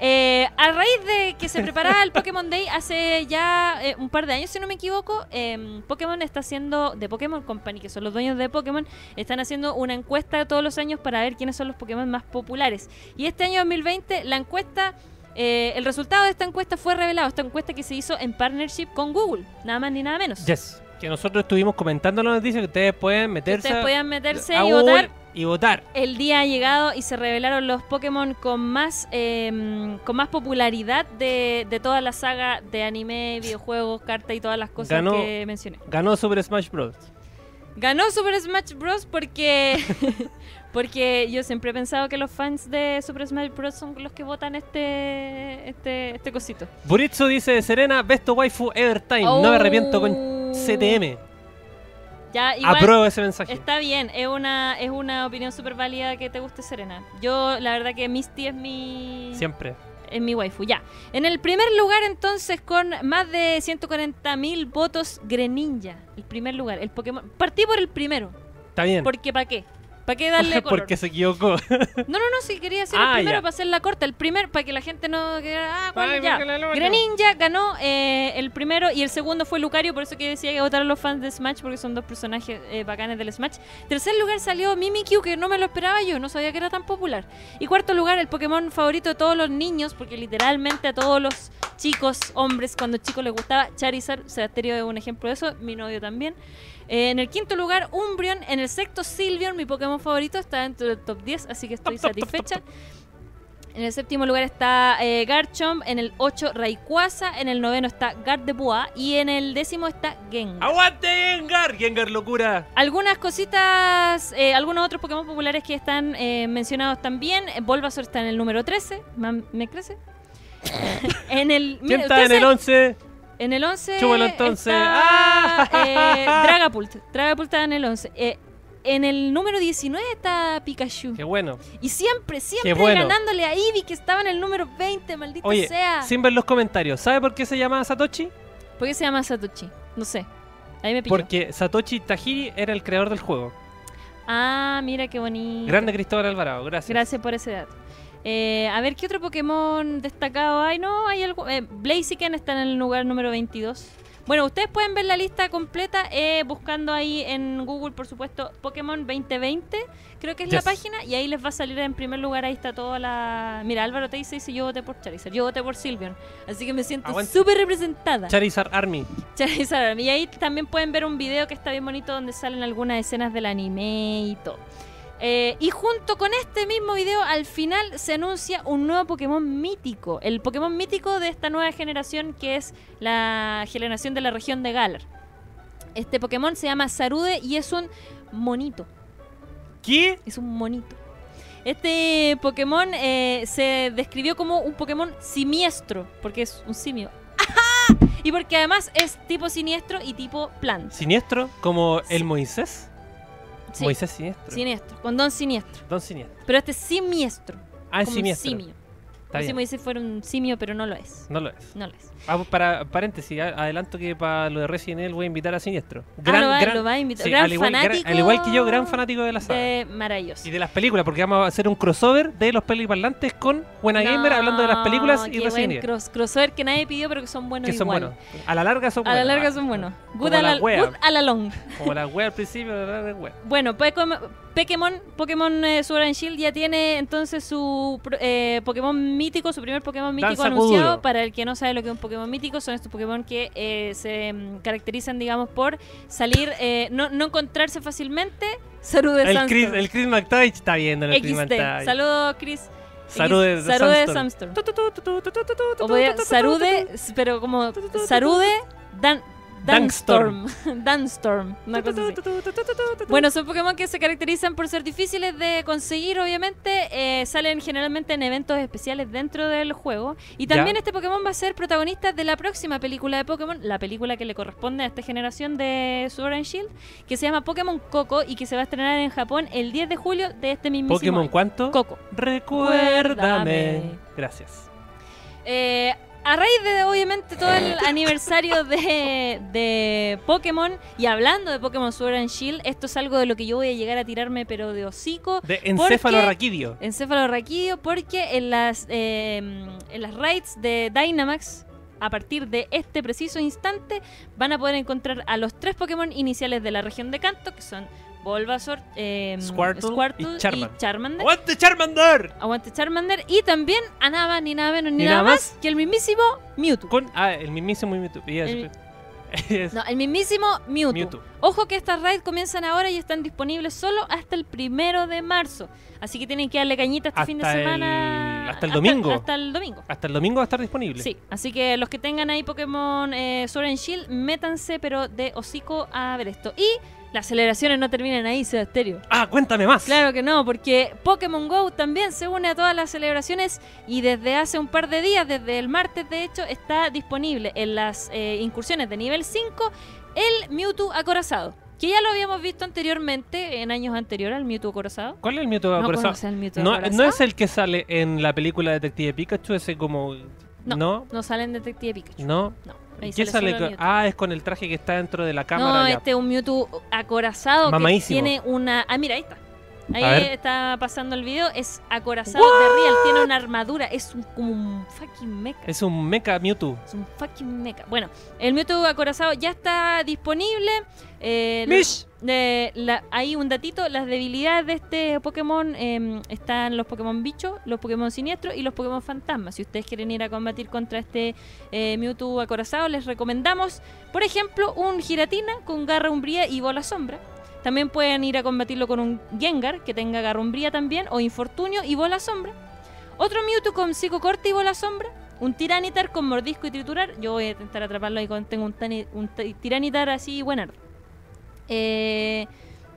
Speaker 1: eh, a raíz de que se preparaba el Pokémon Day hace ya eh, un par de años, si no me equivoco, eh, Pokémon está haciendo, de Pokémon Company, que son los dueños de Pokémon, están haciendo una encuesta todos los años para ver quiénes son los Pokémon más populares. Y este año 2020, la encuesta, eh, el resultado de esta encuesta fue revelado. Esta encuesta que se hizo en partnership con Google, nada más ni nada menos.
Speaker 2: Yes. Que nosotros estuvimos comentando la noticia que ustedes pueden
Speaker 1: Que
Speaker 2: meterse
Speaker 1: Ustedes podían meterse
Speaker 2: a
Speaker 1: y
Speaker 2: Google
Speaker 1: votar.
Speaker 2: y votar.
Speaker 1: El día ha llegado y se revelaron los Pokémon con más eh, con más popularidad de, de toda la saga de anime, videojuegos, carta y todas las cosas
Speaker 2: Ganó-
Speaker 1: que mencioné.
Speaker 2: Ganó sobre Smash Bros.
Speaker 1: Ganó Super Smash Bros. porque porque yo siempre he pensado que los fans de Super Smash Bros. son los que votan este este, este cosito.
Speaker 2: Buritsu dice Serena, besto waifu ever time. No me arrepiento con
Speaker 1: Oh.
Speaker 2: CTM.
Speaker 1: Ya, igual-
Speaker 2: Apruebo ese mensaje.
Speaker 1: Está bien, es una, es una opinión súper válida que te guste Serena. Yo, la verdad que Misty es mi...
Speaker 2: Siempre.
Speaker 1: en mi waifu, ya. En el primer lugar, entonces, con más de 140.000 votos, Greninja. El primer lugar, el Pokémon. Partí por el primero,
Speaker 2: Está bien.
Speaker 1: porque ¿para qué? ¿Para qué darle color?
Speaker 2: Porque se equivocó.
Speaker 1: No, no, no, si quería hacer el
Speaker 2: Ah,
Speaker 1: primero
Speaker 2: ya.
Speaker 1: para hacer la corta, el primer, para que la gente no... quedara, Ah, ¿cuál?
Speaker 2: Ay,
Speaker 1: ya.
Speaker 2: porque la loca.
Speaker 1: Greninja ganó eh, el primero y el segundo fue Lucario, por eso que decía que votaron los fans de Smash, porque son dos personajes eh, bacanes del Smash. Tercer lugar salió Mimikyu, que no me lo esperaba yo, no sabía que era tan popular. Y cuarto lugar, el Pokémon favorito de todos los niños, porque literalmente a todos los chicos, hombres, cuando chicos les gustaba Charizard, Sebasterio es un ejemplo de eso, mi novio también. Eh, en el quinto lugar, Umbreon. En el sexto, Silvion, mi Pokémon favorito, está dentro del top 10, así que estoy satisfecha. En el séptimo lugar está eh, Garchomp, en el 8 Rayquaza, en el noveno está Gardevoir y en el décimo está Gengar.
Speaker 2: ¡Aguante Gengar! Gengar locura.
Speaker 1: Algunas cositas, eh, algunos otros Pokémon populares que están eh, mencionados también. Eh, Bulbasaur está en el número 13, mam- ¿me crece? en el,
Speaker 2: ¿Quién
Speaker 1: mira,
Speaker 2: está
Speaker 1: ustedes
Speaker 2: en el
Speaker 1: saben-
Speaker 2: 11?
Speaker 1: en el 11
Speaker 2: Chúpalo entonces.
Speaker 1: está,
Speaker 2: ¡Ah!
Speaker 1: eh, Dragapult, Dragapult está en el 11. Eh, en el número 19 está Pikachu.
Speaker 2: Qué bueno.
Speaker 1: Y siempre, siempre
Speaker 2: Qué bueno.
Speaker 1: ganándole a Eevee que estaba en el número 20, maldita
Speaker 2: Oye,
Speaker 1: sea.
Speaker 2: sin ver los comentarios. ¿Sabe por qué se llama Satoshi?
Speaker 1: ¿Por qué se llama Satoshi? No sé. Ahí me pilló.
Speaker 2: Porque Satoshi Tajiri era el creador del juego.
Speaker 1: Ah, mira qué bonito.
Speaker 2: Grande Cristóbal Alvarado, gracias.
Speaker 1: Gracias por ese dato. Eh, a ver, ¿qué otro Pokémon destacado hay? No, hay algo. Eh, Blaziken está en el lugar número 22. Bueno, ustedes pueden ver la lista completa eh, buscando ahí en Google, por supuesto, Pokémon 2020. Creo que es la
Speaker 2: Yes.
Speaker 1: página y ahí les va a salir en primer lugar. Ahí está toda la. Mira, Álvaro te dice: dice, Yo voté por Charizard, yo voté por Silvion. Así que me siento
Speaker 2: Aguante.
Speaker 1: súper representada.
Speaker 2: Charizard Army.
Speaker 1: Charizard. Y ahí también pueden ver un video que está bien bonito donde salen algunas escenas del anime y todo. Eh, y junto con este mismo video, al final se anuncia un nuevo Pokémon mítico. El Pokémon mítico de esta nueva generación que es la generación de la región de Galar. Este Pokémon se llama Sarude y es un monito.
Speaker 2: ¿Qué?
Speaker 1: Es un monito. Este Pokémon eh, se describió como un Pokémon siniestro, porque es un simio. Y porque además es tipo siniestro y tipo planta.
Speaker 2: ¿Siniestro? ¿Como
Speaker 1: Sí.
Speaker 2: el Moisés?
Speaker 1: Sí,
Speaker 2: Moisés siniestro.
Speaker 1: siniestro, con don siniestro.
Speaker 2: Don siniestro.
Speaker 1: Pero este es siniestro.
Speaker 2: Ah, es
Speaker 1: como
Speaker 2: siniestro.
Speaker 1: un simio.
Speaker 2: Está
Speaker 1: Como si
Speaker 2: bien.
Speaker 1: me dice fuera un simio, pero no lo es.
Speaker 2: No lo es.
Speaker 1: No lo es.
Speaker 2: Ah, para paréntesis, a- adelanto que para lo de Resident Evil voy a invitar a Siniestro.
Speaker 1: Ah, lo va, lo va a invitar.
Speaker 2: sí,
Speaker 1: gran
Speaker 2: al, igual, gran-
Speaker 1: fanático.
Speaker 2: al igual que yo, gran fanático de la saga.
Speaker 1: de maravilloso.
Speaker 2: Y de las películas, porque vamos a hacer un crossover de los peliparlantes con Buena Gamer hablando de las películas y
Speaker 1: qué buen
Speaker 2: Resident Evil.
Speaker 1: cross- crossover que nadie pidió, pero que son buenos
Speaker 2: Que son
Speaker 1: igual.
Speaker 2: buenos. A la larga son
Speaker 1: A
Speaker 2: buenos.
Speaker 1: la larga
Speaker 2: Ah,
Speaker 1: son buenos.
Speaker 2: Como
Speaker 1: Good a la,
Speaker 2: la wea.
Speaker 1: good a la long.
Speaker 2: Como la wea al principio, la larga es wea.
Speaker 1: Bueno, Pokémon, Pokémon, Pokémon eh, Sword and Shield ya tiene entonces su pro- eh, Pokémon mítico, su primer Pokémon mítico
Speaker 2: Danza
Speaker 1: anunciado.
Speaker 2: Kuduro.
Speaker 1: Para el que no sabe lo que es un Pokémon mítico, son estos Pokémon que eh, se mm, caracterizan, digamos, por salir, eh, no, no encontrarse fácilmente. Saludos,
Speaker 2: El Chris, el Chris McTavish está viendo el Chris
Speaker 1: XD.
Speaker 2: McTavish.
Speaker 1: Saludos, Chris.
Speaker 2: Saludos,
Speaker 1: X- Salude
Speaker 2: Sandstorm.
Speaker 1: Samstorm. O podía- Sarude, pero como Sarude Dan, Danstorm.
Speaker 2: Dankstorm.
Speaker 1: Danstorm. Una cosa así. Bueno, son Pokémon que se caracterizan por ser difíciles de conseguir, obviamente. eh, salen generalmente en eventos especiales dentro del juego. Y
Speaker 2: Ya.
Speaker 1: también este Pokémon va a ser protagonista de la próxima película de Pokémon, la película que le corresponde a esta generación de Sword and Shield, que se llama Pokémon Coco y que se va a estrenar en Japón el 10 de julio de este mismo
Speaker 2: Pokémon, ¿cuánto?
Speaker 1: Coco. Recuérdame.
Speaker 2: Recuérdame. Gracias.
Speaker 1: Eh, a raíz de, obviamente, todo el aniversario de, de Pokémon y hablando de Pokémon Sword and Shield, esto es algo de lo que yo voy a llegar a tirarme, pero de hocico.
Speaker 2: De encéfalo raquidio.
Speaker 1: Encéfalo raquidio, porque en las, eh, en las raids de Dynamax, a partir de este preciso instante, van a poder encontrar a los tres Pokémon iniciales de la región de Canto, que son Bulbasaur, eh,
Speaker 2: Squirtle y
Speaker 1: y
Speaker 2: Charmander.
Speaker 1: Charmander.
Speaker 2: ¡Aguante Charmander!
Speaker 1: Aguante Charmander y también a nada más ni nada menos ni,
Speaker 2: Ni
Speaker 1: nada,
Speaker 2: nada
Speaker 1: más que el mismísimo Mewtwo.
Speaker 2: Con, ah, el mismísimo Mewtwo. Y
Speaker 1: El-
Speaker 2: es- es-
Speaker 1: No, el mismísimo Mewtwo.
Speaker 2: Mewtwo.
Speaker 1: Ojo que estas raids comienzan ahora y están disponibles solo hasta el primero de marzo. Así que tienen que darle cañita este
Speaker 2: Hasta
Speaker 1: fin de
Speaker 2: el-
Speaker 1: semana.
Speaker 2: hasta el domingo.
Speaker 1: Hasta, el domingo.
Speaker 2: Hasta el domingo va a estar disponible.
Speaker 1: Sí, así que los que tengan ahí Pokémon eh, Sword and Shield, métanse, pero de hocico a ver esto. Y las celebraciones no terminan ahí, Sebasterio.
Speaker 2: Ah, cuéntame más.
Speaker 1: Claro que no, porque Pokémon Go también se une a todas las celebraciones y desde hace un par de días, desde el martes de hecho, está disponible en las eh, incursiones de nivel 5 el Mewtwo acorazado, que ya lo habíamos visto anteriormente, en años anteriores, el Mewtwo acorazado.
Speaker 2: ¿Cuál es el Mewtwo
Speaker 1: No
Speaker 2: acorazado?
Speaker 1: conoce el Mewtwo
Speaker 2: No,
Speaker 1: acorazado.
Speaker 2: no es el que sale en la película Detective Pikachu, ese como.
Speaker 1: No.
Speaker 2: No.
Speaker 1: No sale en Detective Pikachu.
Speaker 2: No.
Speaker 1: No. ahí
Speaker 2: ¿Qué
Speaker 1: sale
Speaker 2: sale?
Speaker 1: solo el
Speaker 2: con-
Speaker 1: Mewtwo.
Speaker 2: Ah, es con el traje que está dentro de la cámara.
Speaker 1: no,
Speaker 2: ya.
Speaker 1: este es un Mewtwo acorazado
Speaker 2: Mamadísimo.
Speaker 1: que tiene una... Ah, mira, ahí está.
Speaker 2: A
Speaker 1: Ahí
Speaker 2: ver.
Speaker 1: está pasando el video. Es acorazado de Real. Tiene una armadura. Es un- como un fucking mecha.
Speaker 2: Es un mecha Mewtwo.
Speaker 1: Es un fucking mecha. Bueno, el Mewtwo acorazado ya está disponible. Eh, la-
Speaker 2: Mish.
Speaker 1: eh, la- hay un datito, las debilidades de este Pokémon eh, están los Pokémon bicho, los Pokémon siniestros y los Pokémon fantasmas. Si ustedes quieren ir a combatir contra este eh, Mewtwo acorazado, les recomendamos, por ejemplo, un Giratina con Garra Umbría y Bola Sombra. También pueden ir a combatirlo con un Gengar que tenga Garra Umbría también, o Infortunio y Bola Sombra. Otro Mewtwo con Psicocorte y Bola Sombra. Un Tiranitar con Mordisco y Triturar. Yo voy a intentar atraparlo ahí cuando tengo un, tani- un ti- Tiranitar así buenardo. Eh,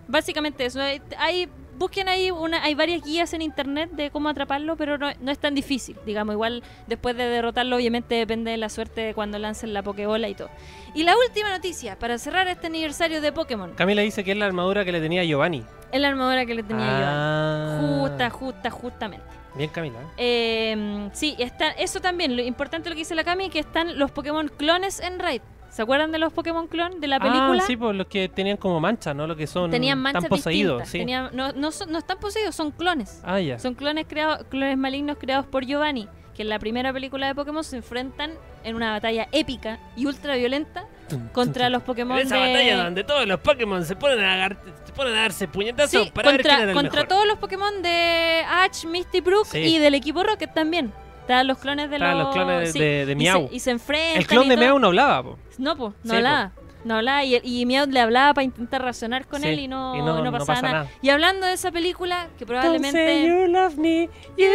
Speaker 1: básicamente eso. Eh, Hay, busquen ahí, una, hay varias guías en internet de cómo atraparlo, pero no, no es tan difícil. Digamos, igual después de derrotarlo, obviamente depende de la suerte de cuando lancen la Pokébola y todo. Y la última noticia, para cerrar este aniversario de Pokémon,
Speaker 2: Camila dice que es la armadura que le tenía Giovanni.
Speaker 1: es la armadura que le tenía
Speaker 2: ah.
Speaker 1: yo. Justa, justa, justamente.
Speaker 2: Bien, Camila. ¿eh?
Speaker 1: Em, Eh, sí, está, eso también. Lo importante lo que dice la Cami que están los Pokémon clones en raid. ¿Se acuerdan de los Pokémon clon de la película?
Speaker 2: Ah, sí, pues los que tenían como manchas, ¿no? Los que son
Speaker 1: Tenían manchas
Speaker 2: tan poseídos.
Speaker 1: distintas.
Speaker 2: sí.
Speaker 1: tenían- no, no, son- no están poseídos, son clones.
Speaker 2: Ah, ya.
Speaker 1: Son clones, creados, clones malignos creados por Giovanni, que en la primera película de Pokémon se enfrentan en una batalla épica y ultraviolenta contra los Pokémon
Speaker 2: En esa
Speaker 1: de...
Speaker 2: batalla donde todos los Pokémon se ponen a, agar- se ponen a darse puñetazos
Speaker 1: Sí,
Speaker 2: para ver
Speaker 1: contra,
Speaker 2: quién era el
Speaker 1: contra
Speaker 2: mejor.
Speaker 1: todos los Pokémon de Ash, Misty Brook
Speaker 2: Sí.
Speaker 1: y del equipo Rocket también. Están los clones de
Speaker 2: Estaban
Speaker 1: los...
Speaker 2: los clones de,
Speaker 1: sí,
Speaker 2: de- de
Speaker 1: y se-
Speaker 2: Miau.
Speaker 1: Y se, enfrentan
Speaker 2: el clon
Speaker 1: y
Speaker 2: de
Speaker 1: todo.
Speaker 2: Miau no hablaba, po.
Speaker 1: No, pues, no
Speaker 2: Sí,
Speaker 1: hablaba. No hablaba y, y Miau le hablaba para intentar razonar con
Speaker 2: Sí,
Speaker 1: él y no,
Speaker 2: y no-
Speaker 1: y no
Speaker 2: no
Speaker 1: pasaba
Speaker 2: pasa
Speaker 1: nada.
Speaker 2: nada.
Speaker 1: Y hablando de esa película, que probablemente...
Speaker 2: love me,
Speaker 1: You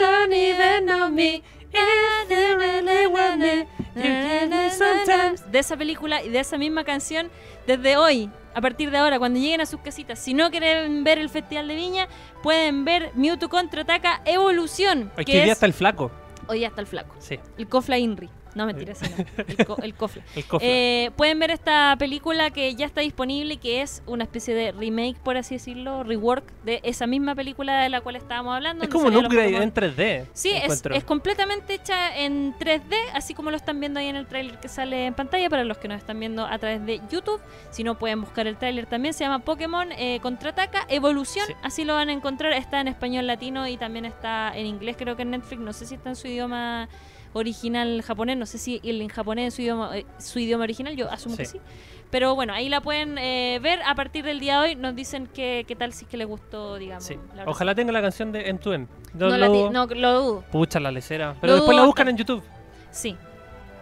Speaker 1: don't even know me. and you really want me.
Speaker 2: You give me sometimes.
Speaker 1: De esa película y de esa misma canción, desde hoy, a partir de ahora, cuando lleguen a sus casitas, si no quieren ver el Festival de Viña, pueden ver Mewtwo contraataca Evolución.
Speaker 2: Hoy
Speaker 1: que
Speaker 2: día
Speaker 1: es,
Speaker 2: está el flaco.
Speaker 1: hoy ya está el flaco.
Speaker 2: Sí,
Speaker 1: El Cofla Inri. No, mentira, ese no. El, co- el Cofla.
Speaker 2: el cofla.
Speaker 1: Eh, pueden ver esta película que ya está disponible, que es una especie de remake, por así decirlo, rework de esa misma película de la cual estábamos hablando.
Speaker 2: es
Speaker 1: donde
Speaker 2: como ¿eh? un
Speaker 1: salían los
Speaker 2: upgrade
Speaker 1: Pokémon.
Speaker 2: en 3D.
Speaker 1: Sí, es,
Speaker 2: encuentro.
Speaker 1: es completamente hecha en 3D, así como lo están viendo ahí en el tráiler que sale en pantalla para los que nos están viendo a través de YouTube. Si no pueden buscar el tráiler también, se llama Pokémon eh, Contraataca Evolución,
Speaker 2: Sí.
Speaker 1: así lo van a encontrar. Está en español latino y también está en inglés, creo que en Netflix. No sé si está en su idioma original japonés, no sé si el en japonés es su idioma, eh, su idioma original, yo asumo que
Speaker 2: Sí.
Speaker 1: sí. Pero bueno, ahí la pueden eh, ver a partir del día de hoy. Nos dicen que- qué tal si es que les gustó, digamos.
Speaker 2: Sí.
Speaker 1: la reseña.
Speaker 2: Ojalá tenga la canción de M2M.
Speaker 1: No,
Speaker 2: Yo
Speaker 1: la
Speaker 2: luego-
Speaker 1: ti- no, lo dudo.
Speaker 2: Pucha la lecera.
Speaker 1: Lo
Speaker 2: Pero después la
Speaker 1: dudo
Speaker 2: buscan en YouTube.
Speaker 1: Sí.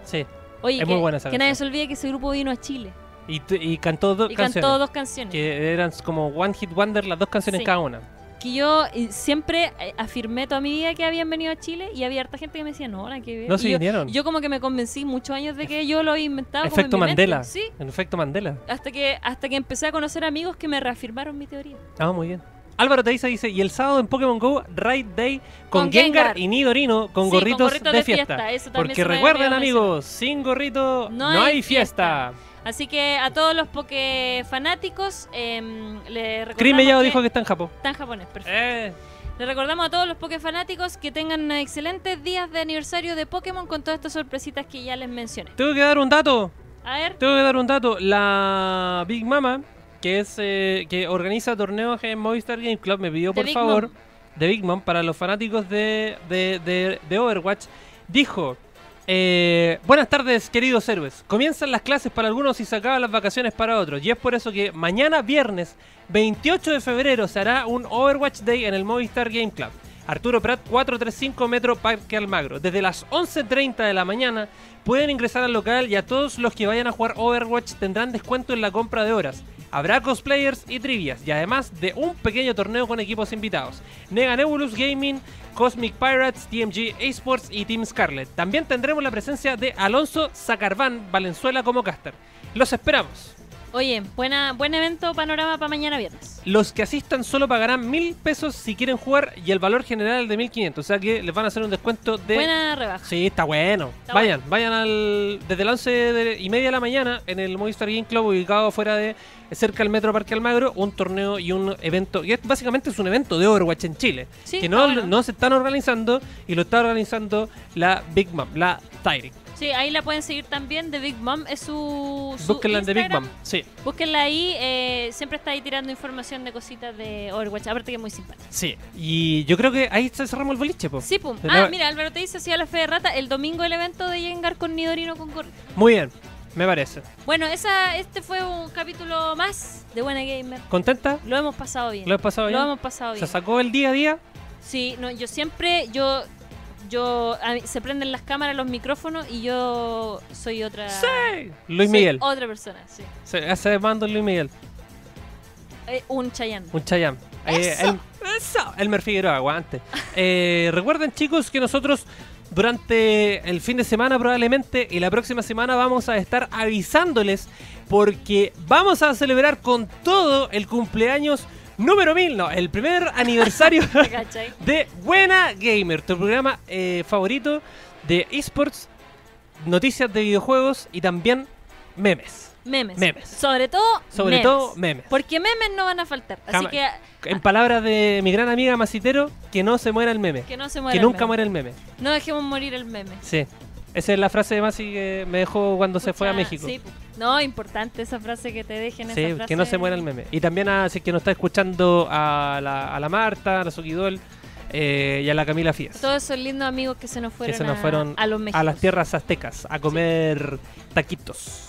Speaker 2: Sí.
Speaker 1: Oye,
Speaker 2: Es
Speaker 1: que,
Speaker 2: muy buena esa
Speaker 1: que nadie se
Speaker 2: canción.
Speaker 1: olvide que ese grupo vino a Chile
Speaker 2: Y, tu- y cantó dos
Speaker 1: y
Speaker 2: canciones.
Speaker 1: cantó dos canciones. Que,
Speaker 2: Que eran como One Hit Wonder, las dos canciones
Speaker 1: Sí.
Speaker 2: cada una.
Speaker 1: yo eh, siempre eh, afirmé toda mi vida que habían venido a Chile y había harta gente que me decía, no, la que ver.
Speaker 2: No
Speaker 1: Y
Speaker 2: se
Speaker 1: yo,
Speaker 2: vinieron.
Speaker 1: yo como que me convencí muchos años de que yo lo había inventado. como en
Speaker 2: Efecto
Speaker 1: mi mente.
Speaker 2: Mandela.
Speaker 1: Sí,
Speaker 2: En efecto Mandela.
Speaker 1: hasta que, hasta que empecé a conocer amigos que me reafirmaron mi teoría.
Speaker 2: Ah, muy bien. Álvaro Teiza dice, y el sábado en Pokémon GO, Raid Day con,
Speaker 1: Con
Speaker 2: Gengar,
Speaker 1: Gengar.
Speaker 2: y Nidorino con
Speaker 1: Sí,
Speaker 2: gorritos de, fiesta.
Speaker 1: eso también
Speaker 2: Porque
Speaker 1: se me
Speaker 2: recuerden
Speaker 1: olvidó
Speaker 2: amigos, sin gorrito no, hay fiesta.
Speaker 1: mencionar. Así que a todos los poke fanáticos, em, les recordamos
Speaker 2: Chris Mellado
Speaker 1: que
Speaker 2: dijo que está en Japón.
Speaker 1: está en japonés, perfecto.
Speaker 2: Eh,
Speaker 1: Le recordamos a todos los Pokéfanáticos que tengan excelentes días de aniversario de Pokémon con todas estas sorpresitas que ya les mencioné.
Speaker 2: tengo que dar un dato.
Speaker 1: A ver,
Speaker 2: Tengo que dar un dato. La Big Mama, que es eh, que organiza torneos en Movistar Game Club, me pidió
Speaker 1: The
Speaker 2: por
Speaker 1: Big
Speaker 2: favor
Speaker 1: Mom.
Speaker 2: de Big Mom para los fanáticos de, de, de- de Overwatch. Dijo. eh, buenas tardes queridos héroes. Comienzan las clases para algunos y se acaban las vacaciones para otros. Y es por eso que mañana viernes 28 de febrero se hará un Overwatch Day en el Movistar Game Club. Arturo Prat 435 Metro Parque Almagro. Desde las 11.30 de la mañana pueden ingresar al local y a todos los que vayan a jugar Overwatch tendrán descuento en la compra de horas. Habrá cosplayers y trivias y además de un pequeño torneo con equipos invitados. Nega Nebulous Gaming, Cosmic Pirates, TMG Esports y Team Scarlet. También tendremos la presencia de Alonso Zacarván Valenzuela como caster. Los esperamos.
Speaker 1: oye, buena, buen evento panorama para mañana viernes.
Speaker 2: Los que asistan solo pagarán mil pesos si quieren jugar y el valor general de 1500. O sea que les van a hacer un descuento de.
Speaker 1: Buena rebaja.
Speaker 2: Sí, está bueno.
Speaker 1: Está
Speaker 2: vayan, vayan al. Desde las 11 de- y media de la mañana en el Movistar Game Club, ubicado fuera de. cerca del Metro Parque Almagro, un torneo y un evento. que es- básicamente es un evento de Overwatch en Chile.
Speaker 1: Sí,
Speaker 2: que
Speaker 1: está
Speaker 2: no,
Speaker 1: bueno.
Speaker 2: no se están organizando y lo está organizando la Big Mom, la Tyric.
Speaker 1: Sí, ahí la pueden seguir también. The Big Mom es su. su
Speaker 2: Búsquenla en The Big
Speaker 1: Instagram.
Speaker 2: Mom. Sí,
Speaker 1: Búsquenla ahí. eh, siempre está ahí tirando información de cositas de Overwatch. Aparte que es muy simpática.
Speaker 2: sí. Y yo creo que ahí se cerramos el boliche, po.
Speaker 1: Sí, pum.
Speaker 2: De
Speaker 1: Ah,
Speaker 2: nada.
Speaker 1: mira, Álvaro te dice así a la fe de rata el domingo el evento de Jengar con Nidorino con Gorri.
Speaker 2: Muy bien, me parece.
Speaker 1: Bueno, esa, este fue un capítulo más de Buena Gamer.
Speaker 2: ¿Contenta?
Speaker 1: Lo hemos pasado bien.
Speaker 2: ¿Lo has pasado bien?
Speaker 1: Lo hemos pasado bien.
Speaker 2: ¿Se sacó el día a día?
Speaker 1: Sí, no, yo siempre, yo, yo, a mí- se prenden las cámaras, los micrófonos y yo soy otra.
Speaker 2: Luis
Speaker 1: soy
Speaker 2: Miguel.
Speaker 1: Otra persona, sí.
Speaker 2: Se hace mando Luis Miguel.
Speaker 1: Eh, un Chayanne.
Speaker 2: Un Chayam.
Speaker 1: ¡Eso!
Speaker 2: el, eso. Eh, Elmer Figueroa, aguante. Eh, recuerden, chicos, que nosotros durante el fin de semana probablemente y la próxima semana vamos a estar avisándoles porque vamos a celebrar con todo el cumpleaños número 1000, no, el primer aniversario
Speaker 1: ¿te cachai?
Speaker 2: de Buena Gamer, tu programa eh, favorito de esports, noticias de videojuegos y también memes.
Speaker 1: Memes.
Speaker 2: Memes.
Speaker 1: Sobre todo.
Speaker 2: Sobre
Speaker 1: memes.
Speaker 2: todo memes.
Speaker 1: Porque memes no van a faltar. Así
Speaker 2: Jamás.
Speaker 1: que
Speaker 2: En palabras de mi gran amiga Macitero, que no se muera el meme.
Speaker 1: que no se muera.
Speaker 2: Que
Speaker 1: el
Speaker 2: nunca
Speaker 1: meme.
Speaker 2: muera el meme.
Speaker 1: No dejemos morir el meme.
Speaker 2: Sí. Esa es la frase de Masi que me dejó cuando se fue a
Speaker 1: Pucha,
Speaker 2: México.
Speaker 1: sí, po. No, importante esa frase que te dejen.
Speaker 2: Sí,
Speaker 1: esa frase.
Speaker 2: que no se muera el meme. Y también a si es que nos está escuchando a la, a la Marta, a la Suquidol eh, y a la Camila Fies.
Speaker 1: Todos esos lindos amigos que se nos fueron,
Speaker 2: que se nos
Speaker 1: a-
Speaker 2: fueron
Speaker 1: a, los México.
Speaker 2: a las tierras aztecas a comer taquitos.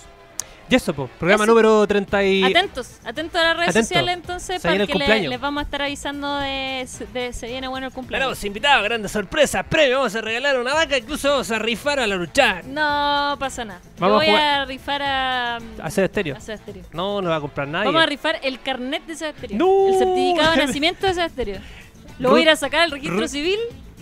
Speaker 2: Y eso, po, programa
Speaker 1: Eso.
Speaker 2: número 30 y...
Speaker 1: Atentos, atentos a las redes
Speaker 2: Atento.
Speaker 1: sociales entonces
Speaker 2: Se viene
Speaker 1: para
Speaker 2: el
Speaker 1: que le-
Speaker 2: cumpleaños.
Speaker 1: les vamos a estar avisando de, de- se viene bueno el cumpleaños.
Speaker 2: Tenemos invitados, grandes sorpresas, premios, vamos a regalar una vaca, incluso vamos a rifar a la lucha.
Speaker 1: No pasa nada. Yo
Speaker 2: Vamos a
Speaker 1: voy
Speaker 2: jugar.
Speaker 1: a, rifar a, a
Speaker 2: Hacer estéreo.
Speaker 1: Sebasterio.
Speaker 2: No, no va a comprar nadie.
Speaker 1: Vamos a rifar el carnet de Sebasterio.
Speaker 2: No.
Speaker 1: El certificado de nacimiento de Sebasterio. Lo voy a ir a sacar al registro
Speaker 2: Ruth-
Speaker 1: civil.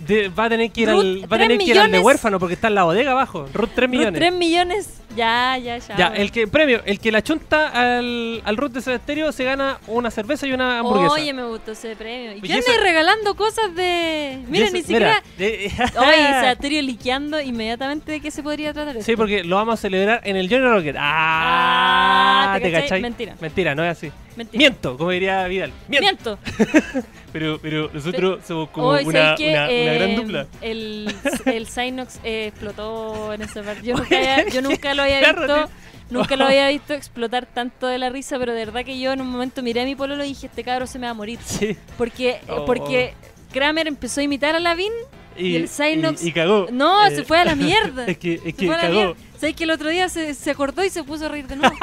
Speaker 2: De- va a tener que ir
Speaker 1: Ruth,
Speaker 2: al, va a
Speaker 1: tres
Speaker 2: tener que ir al de
Speaker 1: millones.
Speaker 2: huérfano porque está en la bodega abajo. Ruth 3 millones.
Speaker 1: 3 millones. Ya, ya, ya.
Speaker 2: Ya, el que premio, el que la chunta al, al Ruth de Cementerio se gana una cerveza y una hamburguesa.
Speaker 1: Oye, me gustó ese premio. ¿Y
Speaker 2: Pues
Speaker 1: qué
Speaker 2: y eso-
Speaker 1: andáis regalando cosas de.? Mira,
Speaker 2: Y
Speaker 1: ni
Speaker 2: eso-
Speaker 1: siquiera.
Speaker 2: mira.
Speaker 1: Oye, Sebasterio liqueando inmediatamente de qué se podría tratar.
Speaker 2: Sí,
Speaker 1: esto.
Speaker 2: porque lo vamos a celebrar en el Johnny Rocket. Ah,
Speaker 1: Ah, ¿te
Speaker 2: ¿te
Speaker 1: cachai?
Speaker 2: cachai?
Speaker 1: Mentira.
Speaker 2: Mentira, no es así.
Speaker 1: Mentira.
Speaker 2: Miento, como diría Vidal. Miento.
Speaker 1: Miento.
Speaker 2: Pero, pero nosotros somos como
Speaker 1: Oye, ¿sabes
Speaker 2: una,
Speaker 1: qué?
Speaker 2: una- una gran
Speaker 1: Eh,
Speaker 2: dupla.
Speaker 1: El, el Synox eh, explotó en ese partido. Yo nunca, había- yo nunca lo había
Speaker 2: Claro,
Speaker 1: visto. Nunca
Speaker 2: Oh.
Speaker 1: lo había visto explotar tanto de la risa, pero de verdad que yo en un momento miré a mi pololo y dije, este cabro se me va a morir.
Speaker 2: Sí.
Speaker 1: Porque, eh,
Speaker 2: Oh.
Speaker 1: porque Kramer empezó a imitar a Lavín. Y el Cynox-
Speaker 2: y, y cagó.
Speaker 1: No,
Speaker 2: Eh,
Speaker 1: se fue a la mierda.
Speaker 2: Es que, es
Speaker 1: Se
Speaker 2: que
Speaker 1: fue a la
Speaker 2: cagó.
Speaker 1: mierda. ¿Sabes que el otro día se, se acordó y se puso a reír de nuevo?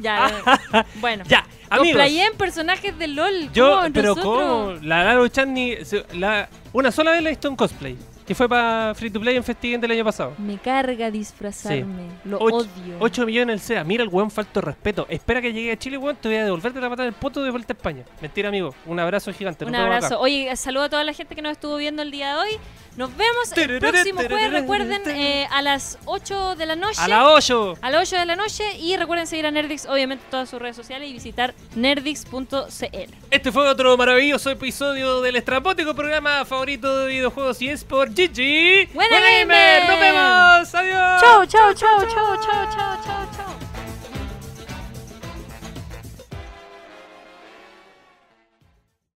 Speaker 1: ya, eh, bueno.
Speaker 2: Ya, amigos.
Speaker 1: Complayé en personajes de LOL.
Speaker 2: Yo,
Speaker 1: ¿cómo?
Speaker 2: pero
Speaker 1: Nosotros.
Speaker 2: ¿cómo? La Lalo Chan ni- se- la- una sola vez la he visto en cosplay, que fue para Free to Play en Festival del año pasado.
Speaker 1: Me carga disfrazarme. Lo
Speaker 2: Ocho-
Speaker 1: odio.
Speaker 2: 8 millones el SEA, mira el weón, falto de respeto. Espera que llegue a Chile, weón, te voy a devolverte la patada del poto de vuelta a España. Mentira, amigo. Un abrazo gigante. nos
Speaker 1: Un
Speaker 2: vemos acá.
Speaker 1: abrazo. Oye, saludo a toda la gente que nos estuvo viendo el día de hoy. Nos vemos el
Speaker 2: Tararara,
Speaker 1: próximo jueves.
Speaker 2: tararara,
Speaker 1: Recuerden,
Speaker 2: tararara.
Speaker 1: eh, a las 8 de la noche.
Speaker 2: A la 8.
Speaker 1: a las 8 de la noche. Y recuerden seguir a Nerdix, obviamente, en todas sus redes sociales y visitar nerdix.cl.
Speaker 2: Este fue otro maravilloso episodio del estrapótico programa favorito de videojuegos y es por Gigi.
Speaker 1: Buena
Speaker 2: Gamer.
Speaker 1: Gamer.
Speaker 2: Nos vemos. Adiós.
Speaker 1: Chau, chau, chau, chau, chau, chau, chau.